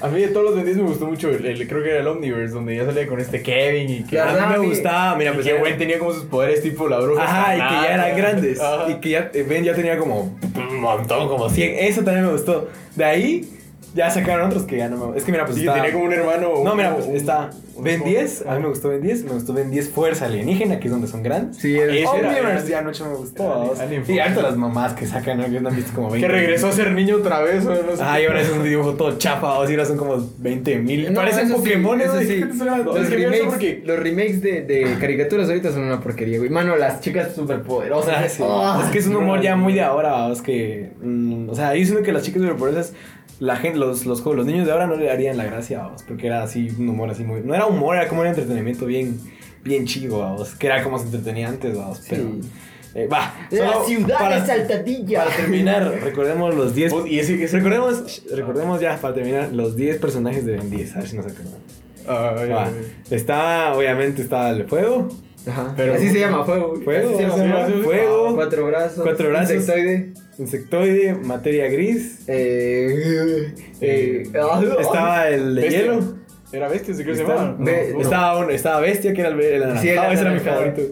Speaker 2: A mí de todos los Ben 10 me gustó mucho. El, el- creo que era el Omniverse, donde ya salía con este Kevin y que.
Speaker 3: La
Speaker 4: A mí
Speaker 3: verdad,
Speaker 4: me
Speaker 3: a mí-
Speaker 4: gustaba, mira, pues
Speaker 2: que
Speaker 4: era-
Speaker 2: güey tenía como sus poderes tipo la bruja.
Speaker 4: Ajá, y que ya eran
Speaker 2: Escarlata.
Speaker 4: grandes.
Speaker 2: Ajá.
Speaker 4: Y que ya eh, Ben ya tenía como un montón, como 100. Eso también me gustó. De ahí, Ya sacaron otros que ya no me. Es que mira, pues.
Speaker 2: Sí,
Speaker 4: está-
Speaker 2: tenía como un hermano.
Speaker 3: Oh,
Speaker 2: o
Speaker 4: No,
Speaker 2: un-
Speaker 4: mira, pues
Speaker 2: un-
Speaker 4: está
Speaker 2: un-
Speaker 4: Ben 10. A mí me gustó Ben 10. Me gustó Ben 10 Fuerza Alienígena, que es donde son grandes.
Speaker 3: Sí, es-
Speaker 2: Ese era-
Speaker 4: Omniverse
Speaker 2: era-
Speaker 4: ya mucho me gustó.
Speaker 2: era-
Speaker 4: vamos.
Speaker 2: Alien
Speaker 4: y
Speaker 2: Force.
Speaker 4: harto las mamás que sacan, ¿no? Que han visto como 20.
Speaker 2: Que regresó a ser niño otra vez. o no sé
Speaker 4: Ay,
Speaker 2: qué.
Speaker 4: ahora es un dibujo todo chapa, o sea, ahora son como 20 mil.
Speaker 3: No,
Speaker 4: Parecen
Speaker 3: eso sí,
Speaker 4: Pokémon,
Speaker 3: eso
Speaker 4: güey.
Speaker 3: sí.
Speaker 4: ¿Qué te suena?
Speaker 2: No,
Speaker 4: Es
Speaker 3: Los
Speaker 4: que mira,
Speaker 3: remakes,
Speaker 4: eso porque-
Speaker 3: los remakes de, de caricaturas ahorita son una porquería, güey. Mano, las chicas
Speaker 4: O
Speaker 3: superpoderosas. Ah,
Speaker 4: sea,
Speaker 3: poderosas
Speaker 4: Ah, sí. es que es un humor ya muy de ahora, es que... mm, o sea, diciendo que las chicas superpoderosas, la gente, los, los, jóvenes- los niños de ahora no le harían la gracia, vamos, porque era así un humor así muy... No era humor, era como un entretenimiento bien, bien chido, vamos, que era como se entretenía antes, vamos, pero... eh, Va, solo para,
Speaker 3: saltadilla.
Speaker 4: para terminar, recordemos los 10...
Speaker 2: Pues, Y ese que es.
Speaker 4: Recordemos, sh- recordemos ya, para terminar, los 10 personajes de Ben 10, a ver si nos acordamos.
Speaker 2: Ah, ya,
Speaker 4: Va,
Speaker 2: ya.
Speaker 4: Está, obviamente, está el fuego,
Speaker 3: Ajá.
Speaker 2: Pero-
Speaker 3: Así se llama, fuego. güey.
Speaker 4: Fuego,
Speaker 3: Así se llama,
Speaker 2: se llama-
Speaker 4: fuego.
Speaker 3: Cuatro brazos.
Speaker 4: Cuatro brazos.
Speaker 3: Insectoide.
Speaker 4: insectoide, materia gris,
Speaker 3: Eh, eh, ah,
Speaker 4: Estaba el de
Speaker 2: Bestia.
Speaker 4: hielo.
Speaker 2: Era bestia, ¿sí que se
Speaker 4: Está-
Speaker 2: llamaba?
Speaker 3: Ve-
Speaker 2: No, uno.
Speaker 4: Estaba, un- estaba Bestia, que era el, el anaranjado,
Speaker 3: Sí, el
Speaker 4: ese era mi
Speaker 3: anaranjado.
Speaker 4: favorito.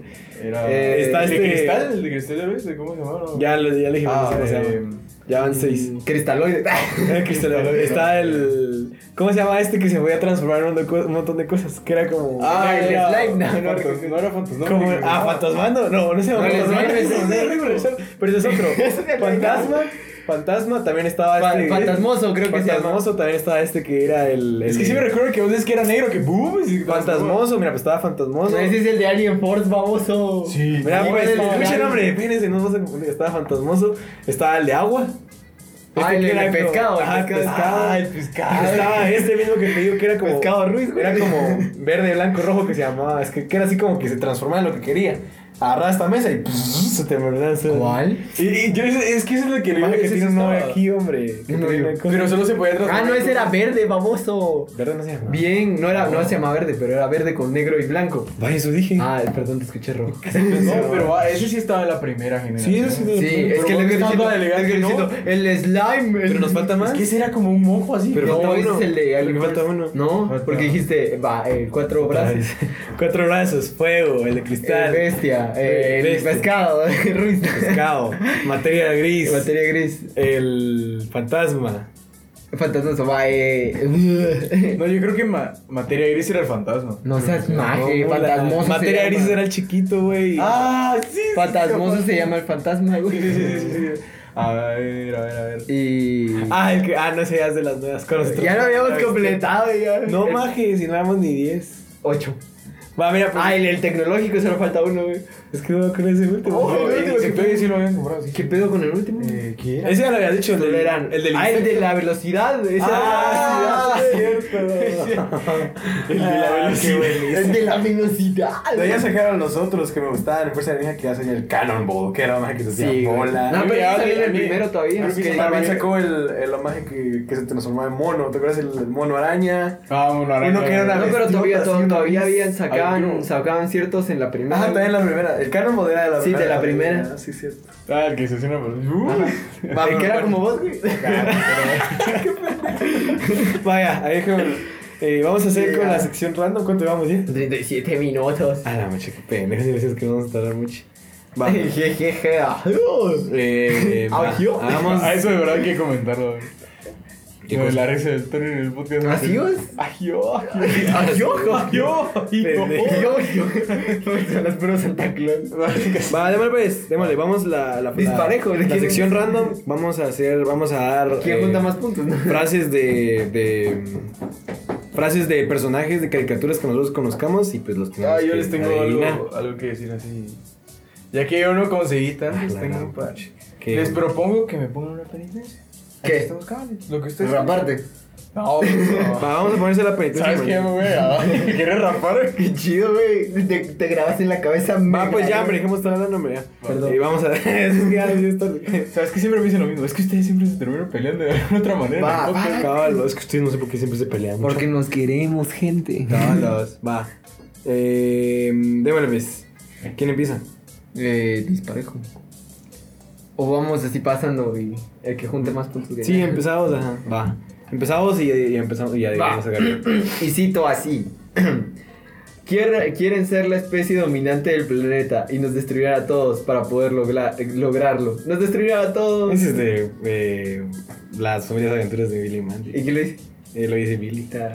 Speaker 2: Era.
Speaker 3: Eh,
Speaker 4: está
Speaker 2: ¿El de
Speaker 4: este-
Speaker 2: cristal? ¿El de cristal era bestia? ¿Cómo se llamaba?
Speaker 4: Ya, lo, ya le dijimos
Speaker 2: Ah,
Speaker 4: cómo se
Speaker 2: eh,
Speaker 4: llama. Ya van seis.
Speaker 3: mm, Cristaloide.
Speaker 4: Era Cristal- Está el. ¿Cómo se llama este que se podía transformar en un, montón de co- un montón de cosas? Que era como.
Speaker 3: Ah, el
Speaker 4: era-
Speaker 3: slime, no, no,
Speaker 2: Fantas- no era fantasma.
Speaker 4: como- ah, Fantasmando. No, no se llama
Speaker 3: No, el
Speaker 4: Fantasmando.
Speaker 3: slime es
Speaker 4: ese es
Speaker 3: negro.
Speaker 4: negro, Pero ese es otro. Fantasma. Fantasma también estaba
Speaker 3: Fa-
Speaker 4: este.
Speaker 3: Fantasmoso, creo que se llama.
Speaker 4: Fantasmoso también estaba este que era el.
Speaker 2: Es que
Speaker 4: el-
Speaker 2: sí me recuerdo que vos decís que era negro, que boom. y-
Speaker 4: Fantasmoso, mira, pues estaba Fantasmoso.
Speaker 3: Ese es el de Alien Force, baboso.
Speaker 2: Sí.
Speaker 4: Mira,
Speaker 3: Sí,
Speaker 4: pues,
Speaker 3: el-
Speaker 4: escucha el
Speaker 3: el-
Speaker 4: nombre, espérense, no se confundir. Estaba fantasmoso, estaba el de agua.
Speaker 3: Ah,
Speaker 4: Este
Speaker 3: el
Speaker 4: que
Speaker 3: de
Speaker 4: era como-
Speaker 3: pescado. el
Speaker 4: ajá,
Speaker 3: pescado.
Speaker 4: pescado.
Speaker 2: Ah, el pescado.
Speaker 4: Estaba este mismo que te digo que era como.
Speaker 3: Pescado Ruiz, güey.
Speaker 4: Era como verde, blanco, rojo que se llamaba. Es que, que era así como que se transformaba en lo que quería. Agarraba esta mesa y pss, se te verdad.
Speaker 3: ¿Cuál?
Speaker 4: Y, y yo, es que eso es lo que le
Speaker 2: Ah,
Speaker 4: dije que
Speaker 2: ese
Speaker 4: tiene
Speaker 2: sí
Speaker 4: un nombre
Speaker 2: estaba.
Speaker 4: aquí, hombre. que
Speaker 3: No,
Speaker 4: tiene
Speaker 3: yo.
Speaker 4: una cosa-
Speaker 2: Pero solo se podía transformar.
Speaker 3: Ah, no, ese era verde, baboso.
Speaker 4: Verde no se llama.
Speaker 3: Bien, no era, no se llama verde, pero era verde con negro y blanco.
Speaker 4: Vaya, eso dije.
Speaker 3: Ah, perdón, te escuché rojo.
Speaker 2: No, pero ah, ese sí estaba en la primera generación.
Speaker 4: Sí, eso sí.
Speaker 3: Sí, es que el
Speaker 2: Pero
Speaker 3: negrito,
Speaker 2: vos estás
Speaker 3: el negrito,
Speaker 2: elegante,
Speaker 3: el slime. el-
Speaker 4: Pero nos falta más.
Speaker 2: Es que ese era como un mojo así.
Speaker 4: Pero
Speaker 3: no,
Speaker 4: falta
Speaker 3: ese
Speaker 4: uno.
Speaker 3: es el de Alien
Speaker 4: Porque falta
Speaker 3: Force.
Speaker 4: uno.
Speaker 3: No,
Speaker 2: Falta
Speaker 3: porque
Speaker 2: uno.
Speaker 3: dijiste, va, eh, cuatro brazos.
Speaker 4: Cuatro brazos, fuego, el de
Speaker 3: Eh,
Speaker 4: cristal.
Speaker 3: bestia, eh, el
Speaker 4: Bestia.
Speaker 3: pescado, Ruiz.
Speaker 4: pescado, materia gris,
Speaker 3: Materia gris.
Speaker 4: el fantasma.
Speaker 3: Fantasma va, eh.
Speaker 2: No, yo creo que ma- materia gris era el fantasma.
Speaker 3: No seas maje,
Speaker 4: No, la-
Speaker 3: fantasmoso. se
Speaker 4: Materia
Speaker 3: llama.
Speaker 4: gris era el chiquito, güey.
Speaker 2: Ah, sí, sí.
Speaker 3: Fantasmoso
Speaker 2: capaz.
Speaker 3: se llama el fantasma,
Speaker 2: Sí, sí, sí,
Speaker 3: güey.
Speaker 2: sí, sí. A ver, a ver, a ver.
Speaker 3: Y.
Speaker 4: Ah, el que, ah, no sé, ya es de las nuevas con nosotros.
Speaker 3: Ya lo habíamos
Speaker 2: Este-
Speaker 3: completado, ya.
Speaker 4: No
Speaker 3: El-
Speaker 4: maje, si no éramos ni 10.
Speaker 3: Ocho.
Speaker 4: Va, mira, pues.
Speaker 3: Ah, el, el tecnológico solo falta uno, güey.
Speaker 4: Es que no creo ese último.
Speaker 3: Oh,
Speaker 2: No,
Speaker 3: el
Speaker 2: eh,
Speaker 3: último
Speaker 2: ese
Speaker 3: que
Speaker 2: pedo sí lo habían comprado, sí.
Speaker 3: ¿Qué pedo con el último?
Speaker 2: Eh, ¿qué era?
Speaker 4: ese ya lo había dicho, el
Speaker 3: Solo
Speaker 4: del,
Speaker 3: eran-
Speaker 4: el del
Speaker 3: ah, el
Speaker 4: insecto.
Speaker 3: de la velocidad. ese
Speaker 4: Ah,
Speaker 3: era-
Speaker 4: cierto. el de la
Speaker 2: Ah, qué
Speaker 4: velocidad.
Speaker 3: El de la velocidad.
Speaker 4: De
Speaker 3: güey.
Speaker 4: ahí sacaron los otros que me gustaban. Después se venía que hacen el Cannonball, que era una que se hacía
Speaker 3: Sí, güey.
Speaker 4: bola.
Speaker 3: No, pero
Speaker 2: Mira,
Speaker 3: ese salió en
Speaker 2: a
Speaker 3: el
Speaker 2: mí-
Speaker 3: primero todavía.
Speaker 2: a mí
Speaker 3: es
Speaker 2: me
Speaker 3: que-
Speaker 2: sonaba
Speaker 4: También sacó el, el homaje que, que se transformaba en mono. ¿Te acuerdas el, el mono araña?
Speaker 2: Ah, bueno, ahora
Speaker 4: Uno que era una
Speaker 3: No, pero todavía,
Speaker 4: bestiota,
Speaker 3: to-
Speaker 4: sí, una
Speaker 3: todavía
Speaker 4: vez.
Speaker 3: habían
Speaker 2: Ay,
Speaker 3: sacaban,
Speaker 2: no.
Speaker 3: sacaban ciertos en la primera.
Speaker 4: Ajá, también la primera. El Cannonball era de la
Speaker 3: Sí, de la primera.
Speaker 4: Ah, Sí, cierto.
Speaker 2: Ah, el que se hacía una. Uh.
Speaker 4: Va,
Speaker 3: El que era
Speaker 4: bueno.
Speaker 3: como vos, güey.
Speaker 4: Vaya, ahí déjame. Eh, vamos a hacer
Speaker 3: Sí,
Speaker 4: con
Speaker 3: ya.
Speaker 4: la sección random. ¿Cuánto llevamos ya?
Speaker 3: 37 minutos.
Speaker 4: A la macha, qué pendejo. Si decías que no vamos a tardar mucho. Va.
Speaker 3: Jejeje. adiós.
Speaker 4: Eh, va,
Speaker 3: Ah, yo.
Speaker 4: hagamos.
Speaker 2: A eso de verdad hay que comentarlo. güey.
Speaker 4: ¿Qué
Speaker 2: Lo de
Speaker 4: cosa?
Speaker 2: la risa del Tony en el podcast.
Speaker 3: ¿Así
Speaker 2: Ajió,
Speaker 3: es?
Speaker 2: ajió,
Speaker 3: Adiós.
Speaker 2: ajió,
Speaker 4: Pendejo.
Speaker 2: ajió.
Speaker 3: Son las puras Santa Claus.
Speaker 4: Va, démosle pues, démosle, vamos la, la,
Speaker 3: Disparejo,
Speaker 4: la, la
Speaker 3: ¿quién-
Speaker 4: sección random, vamos a hacer, vamos a dar
Speaker 3: ¿Quién
Speaker 4: eh,
Speaker 3: junta más puntos?
Speaker 4: frases de, de mm, frases de personajes de caricaturas que nosotros conozcamos y pues los tenemos
Speaker 2: Ah, yo
Speaker 4: que
Speaker 2: les tengo
Speaker 4: adivinar.
Speaker 2: algo, algo que decir así. Ya que yo no conseguí
Speaker 4: Ah,
Speaker 2: tantos,
Speaker 4: la
Speaker 2: tengo
Speaker 4: gran
Speaker 2: un par.
Speaker 4: pucha. Que-
Speaker 2: Les propongo que me pongan una penitencia. Aquí
Speaker 3: ¿Qué?
Speaker 2: estamos cabales. Lo que ustedes.
Speaker 3: Aparte.
Speaker 2: No, pues,
Speaker 4: Va,
Speaker 2: no.
Speaker 4: vamos a ponerse la penitencia.
Speaker 2: ¿Sabes qué, güey? Ah, ¿Quieres rapar?
Speaker 3: Qué chido, güey. Te, te grabas en la cabeza.
Speaker 4: Va,
Speaker 3: mega,
Speaker 4: pues ya,
Speaker 3: güey.
Speaker 4: hombre, dejemos estar hablando, hombre, ya.
Speaker 3: Perdón.
Speaker 4: Y vamos a es que ya, ya está-
Speaker 2: ¿Sabes que siempre me dicen lo mismo? Es que ustedes siempre se terminan peleando de alguna otra manera.
Speaker 3: Va,
Speaker 2: en el podcast.
Speaker 4: Cabal, es que ustedes no sé por qué siempre se pelean. mucho.
Speaker 3: Porque nos queremos, gente.
Speaker 4: Cabalos, va. Eh, démosle pues. ¿Quién empieza?
Speaker 3: Eh, disparejo. O vamos así pasando y el que junte más puntos gana.
Speaker 4: Sí, empezamos, ajá. Va. Empezamos y, y empezamos y ya
Speaker 3: Va.
Speaker 4: vamos a ganar.
Speaker 3: Y cito así. Quier- Quieren ser la especie dominante del planeta y nos destruirán a todos para poder logra- lograrlo. Nos destruirán a todos.
Speaker 4: Ese es de eh, las sombrías aventuras de Billy y Mandy.
Speaker 3: ¿Y qué le dice?
Speaker 4: Eh, lo dice Billy.
Speaker 3: Ta-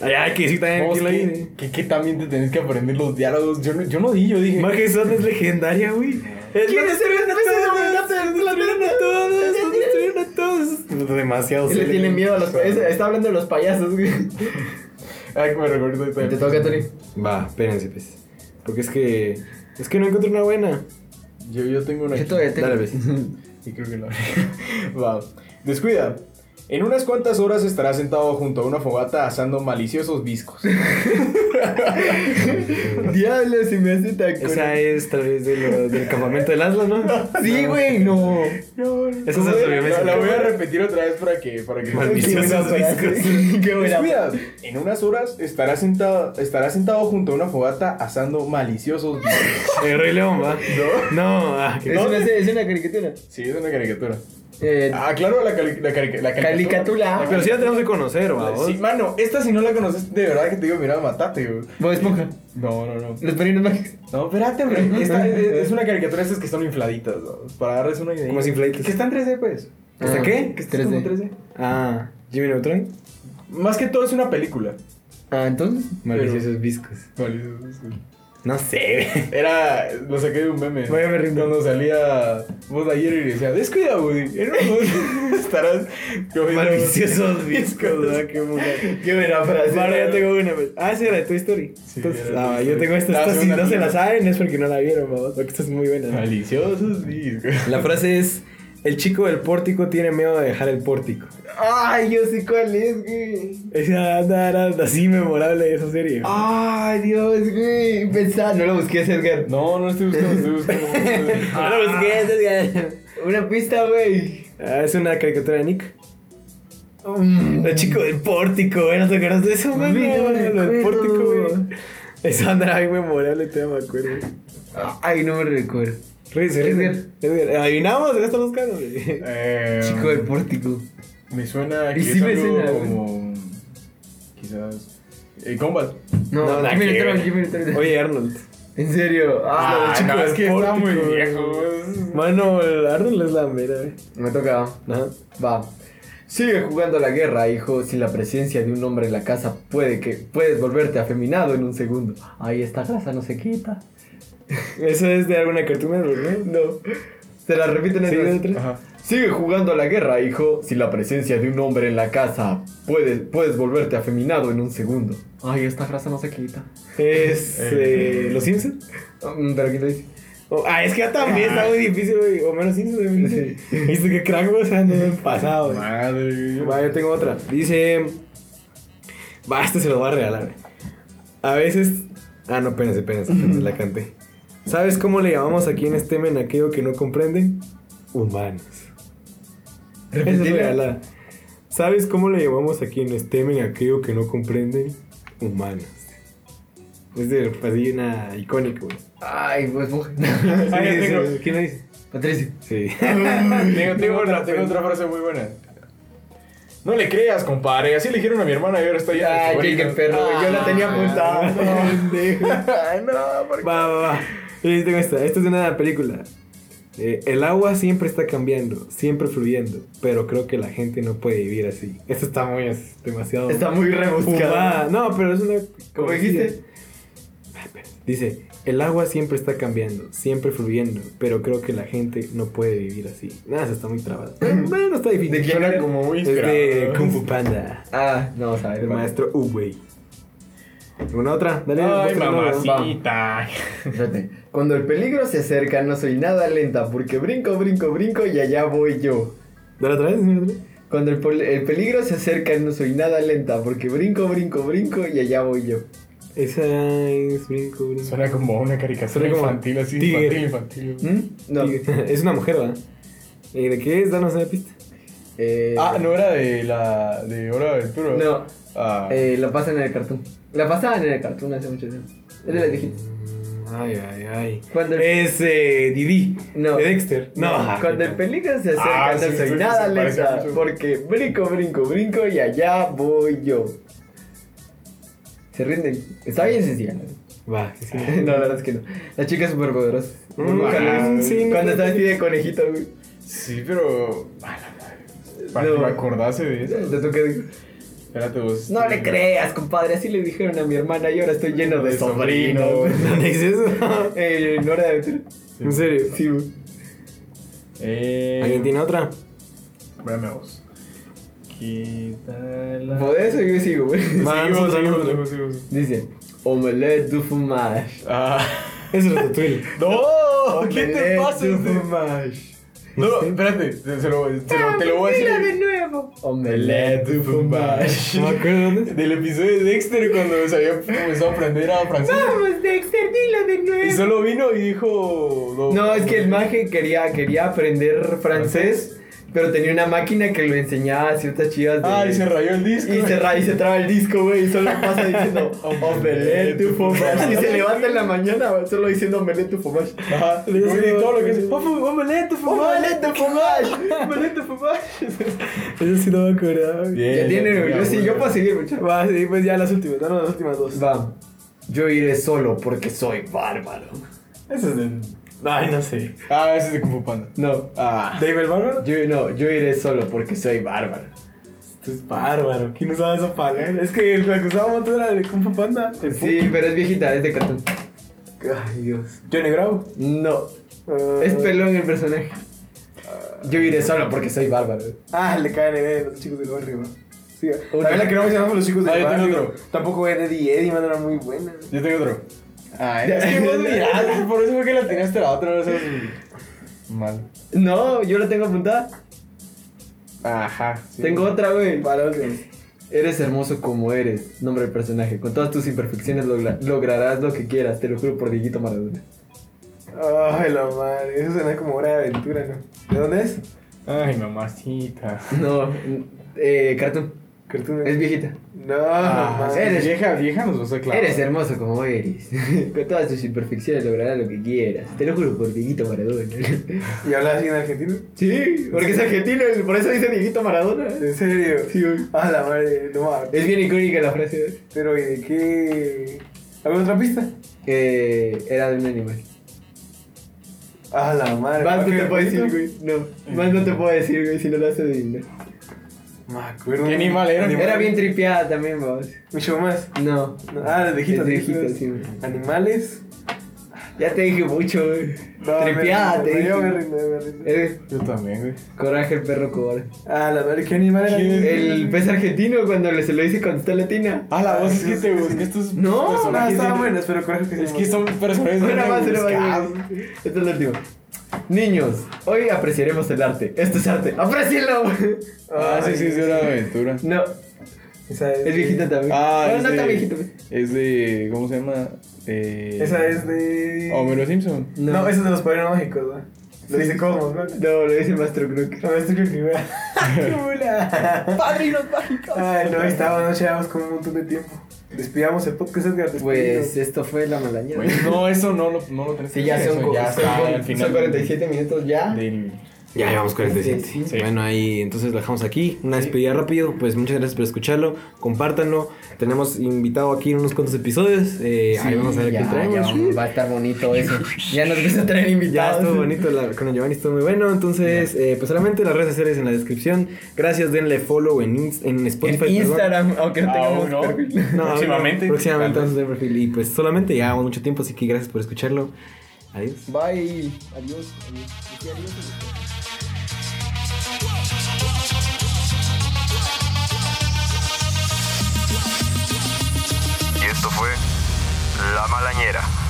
Speaker 4: Ay, ay, que sí también.
Speaker 2: Vos
Speaker 4: ¿quién lo dice?
Speaker 2: que, que, que también te tenés que aprender los diálogos. Yo no, yo no di, yo dije.
Speaker 4: Maje Sot es legendaria, güey.
Speaker 3: ¿Quiénes
Speaker 4: ser
Speaker 3: eran las personas?
Speaker 4: a todos! ¡Los destruyeron a todos! Demasiado.
Speaker 3: Y le tiene miedo a los payasos. Está hablando de los payasos, güey.
Speaker 2: Ay, que me recuerdo esta.
Speaker 3: Te toca, Tony.
Speaker 4: Va, espérense, pues. Porque es que. Es que no encuentro una buena.
Speaker 2: Yo, yo tengo una.
Speaker 3: Yo todavía tengo.
Speaker 4: Dale, pues.
Speaker 2: Y creo que la Va. Descuida. En unas cuantas horas estarás sentado junto a una fogata asando maliciosos discos.
Speaker 3: Diablo, si me hace tan
Speaker 4: Esa es tal vez de lo- del campamento del Asla, ¿no?
Speaker 3: Sí, güey, no.
Speaker 2: No,
Speaker 4: Esa es la primera
Speaker 2: la,
Speaker 4: vez.
Speaker 2: la voy a repetir otra vez para que. Para que
Speaker 4: Maliciosos
Speaker 2: Descuida, para-
Speaker 4: discos.
Speaker 3: Qué buena.
Speaker 2: Descuida. En unas horas estarás sentado, estarás sentado junto a una fogata asando maliciosos discos.
Speaker 4: El Eh, Rey León, va. No, ah, que-
Speaker 3: Es una, es una caricatura.
Speaker 2: Sí, es una caricatura.
Speaker 3: Eh,
Speaker 2: Ah, claro, la, cali- la, cari- la
Speaker 3: Caricatura.
Speaker 4: Ah, Pero sí la tenemos que conocer, va. vos.
Speaker 2: Sí, mano, esta si no la conoces, de verdad que te digo, mira, matate, güey.
Speaker 3: Bob Esponja.
Speaker 2: No, no, no.
Speaker 3: Los perinos mágicos.
Speaker 2: No, espérate, güey. Esta es, es una caricatura estas que son infladitas, ¿no? Para darles una idea.
Speaker 4: ¿Cómo es infladitas?
Speaker 2: Que están 3D, pues.
Speaker 4: ¿Hasta qué?
Speaker 2: Que están 3D. 3D.
Speaker 4: Ah, Jimmy Neutron.
Speaker 2: Más que todo es una película.
Speaker 3: Ah, entonces.
Speaker 4: Maliciosos viscos. No sé,
Speaker 2: Era. Lo saqué de un meme.
Speaker 4: Voy a ver, rindo.
Speaker 2: Cuando salía vos ayer y decía, descuida, Woody. En unos dos estarás comiendo.
Speaker 4: Maliciosos viscos, ¿verdad? Qué mujer.
Speaker 2: Qué buena frase.
Speaker 4: Ahora ya tengo una. pues. Ah, esa era de Toy Story.
Speaker 2: Sí,
Speaker 4: Entonces,
Speaker 2: era de
Speaker 4: ah,
Speaker 2: Toy
Speaker 4: yo
Speaker 2: Story.
Speaker 4: tengo esta.
Speaker 2: Ah,
Speaker 4: esta
Speaker 2: sí,
Speaker 4: si
Speaker 2: una
Speaker 4: no se
Speaker 2: mierda.
Speaker 4: la saben es porque no la vieron, vamos. Porque esta es muy buena. ¿no?
Speaker 2: Maliciosos discos.
Speaker 4: La frase es: El chico del pórtico tiene miedo de dejar el pórtico.
Speaker 3: Ay, yo sé cuál es, güey.
Speaker 4: Esa anda era así memorable de esa serie.
Speaker 2: Ah.
Speaker 3: Ay, Dios, güey. Pensá, no lo busqué, Edgar.
Speaker 2: No, no estoy buscando, estoy buscando.
Speaker 4: Ah, pues, ¿qué es ese?
Speaker 3: Una pista, güey.
Speaker 4: Ah, es una caricatura de Nick.
Speaker 3: Mm,
Speaker 4: El chico del pórtico, güey. ¿No te acuerdas de eso, güey?
Speaker 3: Mira,
Speaker 4: No,
Speaker 3: me
Speaker 4: lo del
Speaker 3: acuerdo.
Speaker 4: pórtico, güey. Esa anda bien memorable, te me acuerdo.
Speaker 3: Ay, no me recuerdo.
Speaker 4: Ríense, ríense. Edgar, Adivinamos, en estos dos casos. güey.
Speaker 2: Eh,
Speaker 3: Chico del pórtico.
Speaker 2: Me suena que
Speaker 3: Y sí
Speaker 2: es
Speaker 3: me
Speaker 2: algo
Speaker 3: suena, güey.
Speaker 2: como. Quizás. Eh, Combat.
Speaker 3: No,
Speaker 4: nada
Speaker 3: Jimmy
Speaker 4: que
Speaker 3: Neutron,
Speaker 4: ver.
Speaker 3: Jimmy Neutron.
Speaker 4: Oye, Arnold.
Speaker 3: En serio. Ah,
Speaker 4: chico
Speaker 2: no,
Speaker 4: del
Speaker 2: es que está
Speaker 4: pórtico,
Speaker 2: muy
Speaker 4: güey.
Speaker 2: viejo.
Speaker 4: Mano, el Arnold es la mera, güey.
Speaker 3: Me toca.
Speaker 4: Ajá.
Speaker 3: Va. Sigue jugando a la guerra, hijo. Sin la presencia de un hombre en la casa, puede que puedes volverte afeminado en un segundo. Ahí esta grasa no se quita.
Speaker 4: Eso es de alguna cartoon network, ¿no?
Speaker 3: No. Se la repiten
Speaker 4: Sí,
Speaker 3: en
Speaker 4: otra.
Speaker 2: Ajá.
Speaker 3: Sigue jugando a la guerra, hijo. Sin la presencia de un hombre en la casa, puedes, puedes volverte afeminado en un segundo. Ay, esta grasa no se quita.
Speaker 4: Es. eh, ¿Los Simpsons?
Speaker 3: Mm, Pero aquí lo dice.
Speaker 4: Oh, ah, es que ya también está muy difícil, güey. O menos Simpsons, obviamente. Viste que crack, güey, o sea, no me han pasado, güey.
Speaker 2: Madre.
Speaker 4: Va, yo tengo otra. Dice. Va, este se lo va a regalar. güey. A veces. Ah, no, espérense, espérense, espérense, la canté. ¿Sabes cómo le llamamos a quienes temen aquello que no comprenden? Humanos. Esa es
Speaker 3: Repetila.
Speaker 4: regalada. ¿Sabes cómo le llamamos a quienes temen aquello que no comprenden? Humanos. Es de pues, así una icónico, güey.
Speaker 3: Ay, pues mujer.
Speaker 4: Ah, ya
Speaker 2: sí,
Speaker 4: tengo.
Speaker 2: sí.
Speaker 4: ¿Quién lo dice?
Speaker 3: Patricio.
Speaker 4: Sí.
Speaker 2: tengo, tengo otra, tengo otra frase muy buena. No le creas, compadre. Así le dijeron a mi hermana y ahora está llena de
Speaker 3: Ay, qué,
Speaker 2: sobrinas.
Speaker 3: qué perro, güey, yo la tenía
Speaker 4: Ah,
Speaker 3: apuntada.
Speaker 2: Ay, Ah, no, ¿por qué?
Speaker 4: Va, va, va. Yo tengo esta. Esta es de una película. Eh, el agua siempre está cambiando, siempre fluyendo, pero creo que la gente no puede vivir así. Esta está muy, es demasiado.
Speaker 3: Está muy
Speaker 4: fumada.
Speaker 3: rebuscada.
Speaker 4: No, pero es una.
Speaker 3: Como dijiste.
Speaker 4: Dice, el agua siempre está cambiando, siempre fluyendo, pero creo que la gente no puede vivir así. Nada, esa está muy trabada. Pero Bueno, está difícil.
Speaker 3: ¿De quién
Speaker 2: Suena
Speaker 3: era?
Speaker 2: como muy
Speaker 4: Es de
Speaker 2: inspirado.
Speaker 4: Kung Fu Panda,
Speaker 3: Ah, no, sabes.
Speaker 4: el maestro Uwei. ¿Alguna otra? Dale,
Speaker 2: Ay,
Speaker 4: muéstralo, ¿no?
Speaker 2: mamacita.
Speaker 3: Fíjate, cuando el peligro se acerca no soy nada lenta porque brinco, brinco, brinco y allá voy yo.
Speaker 4: Dale otra vez, dale otra vez.
Speaker 3: Cuando el, pol- el peligro se acerca no soy nada lenta porque brinco, brinco, brinco y allá voy yo.
Speaker 4: Esa es brinco, brinco.
Speaker 2: Suena como una caricatura
Speaker 4: Suena como
Speaker 2: infantil, así.
Speaker 4: tigre.
Speaker 2: Infantil, infantil.
Speaker 3: ¿Mm? No.
Speaker 4: Sigue. Es una mujer, ¿verdad? ¿Y de qué es? Danos una pista.
Speaker 3: Eh,
Speaker 2: Ah, no era de la. de Hora de Aventura.
Speaker 3: No,
Speaker 2: Ah.
Speaker 3: eh, la pasan en el cartoon. La pasaban en el cartoon hace mucho tiempo. Es de las viejitas.
Speaker 4: Ay, ay, ay.
Speaker 3: Cuando el-
Speaker 4: Es eh, Didi.
Speaker 3: No.
Speaker 4: De Dexter. No. ajá.
Speaker 3: Cuando el peligro se acerca
Speaker 2: Ah,
Speaker 3: no
Speaker 2: sí,
Speaker 3: soy
Speaker 2: sí, sí,
Speaker 3: nada
Speaker 2: se parece
Speaker 3: lenta
Speaker 2: mucho.
Speaker 3: porque brinco, brinco, brinco y allá voy yo. Se rinden. Está bien sencilla. ¿no?
Speaker 4: Va, que sí.
Speaker 3: No, la verdad es que no. La chica es súper poderosa.
Speaker 4: Mm,
Speaker 2: ah, sí,
Speaker 4: no
Speaker 3: Cuando
Speaker 4: te-
Speaker 3: está vestida de conejito, güey.
Speaker 2: Sí, pero. a la madre. Para que
Speaker 3: No.
Speaker 2: me acordase de eso.
Speaker 3: Te toca decir,
Speaker 2: Espérate vos.
Speaker 3: No le creas, compadre. Así le dijeron a mi hermana y ahora estoy lleno de,
Speaker 2: De sobrinos".
Speaker 3: sobrinos.
Speaker 4: ¿Es eso?
Speaker 3: Eh, en hora de
Speaker 4: ¿En serio?
Speaker 3: Sí, güey.
Speaker 2: Eh,
Speaker 4: ¿Alguien tiene otra?
Speaker 2: Espérame vos. ¿Qué tal? la-
Speaker 3: Por eso yo sigo, güey.
Speaker 4: Man,
Speaker 2: Seguimos,
Speaker 4: sí,
Speaker 2: seguimos,
Speaker 4: sí.
Speaker 2: seguimos, seguimos.
Speaker 3: Dice, omelette du fromage.
Speaker 2: Ah.
Speaker 4: Es Ratatouille.
Speaker 2: ¡No! ¿Qué te
Speaker 3: Omelette
Speaker 2: pasa?
Speaker 3: du
Speaker 2: este?
Speaker 3: fromage.
Speaker 2: No, espérate. Se se lo, se
Speaker 3: Ah,
Speaker 2: lo- te lo voy a
Speaker 3: Dila pues de
Speaker 2: decir.
Speaker 3: nuevo. Omelette
Speaker 2: Omelette
Speaker 3: du
Speaker 2: du
Speaker 3: fromage.
Speaker 2: fromage.
Speaker 4: No me acuerdo dónde.
Speaker 2: Del episodio de Dexter cuando se había empezado a aprender a francés.
Speaker 3: Vamos, Dexter, dilo de
Speaker 2: Y
Speaker 3: nuevo.
Speaker 2: solo vino y dijo.
Speaker 3: No, es que el maje quería, quería aprender francés, pero tenía una máquina que le enseñaba ciertas chivas de...
Speaker 2: Ay, Ah, se rayó el disco.
Speaker 3: Y se, ra- y se traba el disco, güey, y solo pasa diciendo Omelette du fromage. Y se levanta en la mañana, güey, solo diciendo Omelette du fromage.
Speaker 2: Ajá. Y todo lo que dice. Omelette, du fromage.
Speaker 3: Omelette du fromage.
Speaker 2: Omelette, du fromage.
Speaker 4: Eso sí no me acuerdo.
Speaker 3: Ya tiene, yo sí, yo puedo seguir, muchachos.
Speaker 4: Va, sí, pues ya las últimas, danos las últimas dos.
Speaker 3: Va. Yo iré solo porque soy bárbaro.
Speaker 4: Eso es de. Ay, no sé.
Speaker 2: Ah, ese es de Kung Fu Panda.
Speaker 3: No.
Speaker 2: Ah.
Speaker 4: ¿Dave el bárbaro?
Speaker 3: Yo, no, yo iré solo porque soy bárbaro.
Speaker 4: Esto es bárbaro. ¿Quién usaba esa palabra? Es que el que usaba moto era de Kung Fu Panda. El
Speaker 3: Sí, pero es viejita, es de cartón.
Speaker 4: fu- Ay, Dios. Johnny Bravo.
Speaker 3: No.
Speaker 4: Ah.
Speaker 3: Es pelón el personaje. Yo iré solo porque soy bárbaro.
Speaker 4: Ah, le caen de los chicos del barrio, bro. Sí,
Speaker 3: Una.
Speaker 4: también la queremos llamar los chicos del
Speaker 2: Ah, yo tengo
Speaker 4: barrio.
Speaker 2: otro.
Speaker 4: Tampoco era Eddie y Eddie, man, era muy buena.
Speaker 2: Yo tengo otro.
Speaker 3: Ah,
Speaker 2: Es que vos mirás, por eso fue que la tiraste la otra vez. Mal.
Speaker 3: No, yo la tengo apuntada.
Speaker 2: Ajá. sí.
Speaker 3: Tengo otra, güey.
Speaker 4: Para últimos.
Speaker 3: Eres hermoso como eres, nombre del personaje. Con todas tus imperfecciones logra- lograrás lo que quieras, te lo juro por Dieguito Maradona.
Speaker 4: Ay, la madre. Eso suena como hora de aventura, ¿no? ¿De dónde es?
Speaker 2: Ay, mamacita.
Speaker 3: No, n- eh, Cartoon,
Speaker 4: Cartoon Network.
Speaker 3: es viejita.
Speaker 4: No,
Speaker 2: Ah,
Speaker 4: madre.
Speaker 2: eres vieja, vieja nos vas a clavar.
Speaker 3: Eres hermoso como eres. Con todas tus imperfecciones lograrás lo que quieras, te lo juro por Dieguito Maradona.
Speaker 4: ¿Y hablas bien argentino?
Speaker 3: sí, porque es argentino, el- por eso dice Dieguito Maradona.
Speaker 4: ¿En serio?
Speaker 3: Sí, güey.
Speaker 4: Ah, la madre, no mames.
Speaker 3: Es bien icónica la frase. güey.
Speaker 4: Pero, ¿y de qué? ¿Alguna otra pista?
Speaker 3: Eh, era de un animal.
Speaker 4: Ah, la madre.
Speaker 3: Más
Speaker 4: ¿pa'
Speaker 3: no
Speaker 4: qué
Speaker 3: te puedo decir,
Speaker 4: bonito?
Speaker 3: güey. No, más no te puedo decir, güey, si no lo haces adivinar.
Speaker 4: Me acuerdo.
Speaker 2: ¿Qué animal era?
Speaker 3: Era bien tripeada también, vos.
Speaker 4: Mucho más.
Speaker 3: No.
Speaker 4: Ah, las viejitas.
Speaker 3: Las viejitas,
Speaker 4: viejitas.
Speaker 3: sí, güey.
Speaker 4: Animales.
Speaker 3: Ya te dije mucho, güey.
Speaker 4: No,
Speaker 3: Tripeada,
Speaker 4: me
Speaker 3: te
Speaker 4: rindo, me
Speaker 3: dije.
Speaker 4: rindo, me rindo.
Speaker 3: Eh,
Speaker 2: Yo también, güey.
Speaker 3: coraje el perro cobarde.
Speaker 4: Ah, la madre, ¿qué animal era? Ah,
Speaker 2: ¿Quién?
Speaker 3: El pez argentino cuando le- se lo dice cuando está latina.
Speaker 2: Ah, la voz es que te busqué estos.
Speaker 3: No,
Speaker 4: No,
Speaker 2: personajes
Speaker 4: estaban
Speaker 2: bien-
Speaker 4: buenas, pero coraje que
Speaker 2: Es
Speaker 4: se
Speaker 2: que son personajes bien
Speaker 3: Una más, una más.
Speaker 2: rebuscados.
Speaker 3: una más. Esto Este es lo último. Niños, hoy apreciaremos el arte. Esto es arte. ¡Aprecienlo!
Speaker 2: Ah, sí, sí, es de una aventura.
Speaker 3: No,
Speaker 4: Esa es,
Speaker 3: es viejita también.
Speaker 2: Ah,
Speaker 3: Bueno,
Speaker 2: es
Speaker 3: no
Speaker 2: de,
Speaker 3: tan viejita. güey.
Speaker 2: Es de. ¿Cómo se llama? Eh,
Speaker 4: Esa es de.
Speaker 2: Homero Simpson.
Speaker 4: No, esa es de los padrinos mágicos, ¿no? Lo dice Cosmos, ¿no?
Speaker 3: No, lo dice el maestro Crook.
Speaker 4: No, esto creo que iba. ¡Qué bola!
Speaker 3: ¡Padrinos mágicos!
Speaker 4: Ay, no, estaba, no llevamos como un montón de tiempo. Despidamos el podcast, Edgar. despídelo.
Speaker 3: Pues esto fue la malaña.
Speaker 2: Güey, No, eso no lo, no lo tenés
Speaker 3: Sí,
Speaker 2: que
Speaker 3: ya
Speaker 2: decir,
Speaker 3: son,
Speaker 2: eso
Speaker 3: co-
Speaker 2: ya
Speaker 3: son,
Speaker 2: está
Speaker 3: son-
Speaker 2: al final
Speaker 3: son 47 minutos ya.
Speaker 2: Del,
Speaker 4: Ya llevamos 47.
Speaker 3: Sí,
Speaker 2: sí.
Speaker 4: Bueno, ahí entonces lo dejamos aquí. Una despedida rápido. Pues muchas gracias por escucharlo. Compártanlo. Tenemos invitado aquí en unos cuantos episodios. Eh, ahí vamos a ver
Speaker 3: ya,
Speaker 4: qué traemos.
Speaker 3: ya va a estar bonito eso. Ya nos ves a traer
Speaker 4: Ya
Speaker 3: invitados.
Speaker 4: estuvo bonito la- con el Giovanni, estuvo muy bueno. Entonces, eh, pues solamente las redes sociales en la descripción. Gracias, denle follow en, ins- en Spotify.
Speaker 3: En
Speaker 4: perdón.
Speaker 3: Instagram, aunque no tengamos
Speaker 2: Aún no.
Speaker 3: perfil.
Speaker 4: No, aún no.
Speaker 2: Próximamente.
Speaker 4: Próximamente
Speaker 2: Tal
Speaker 4: vamos
Speaker 2: vez.
Speaker 4: a tener perfil. Y pues solamente llevamos mucho tiempo, así que gracias por escucharlo. Adiós.
Speaker 3: Bye. Adiós. Adiós. Sí, adiós.
Speaker 1: Y esto fue La Malañera.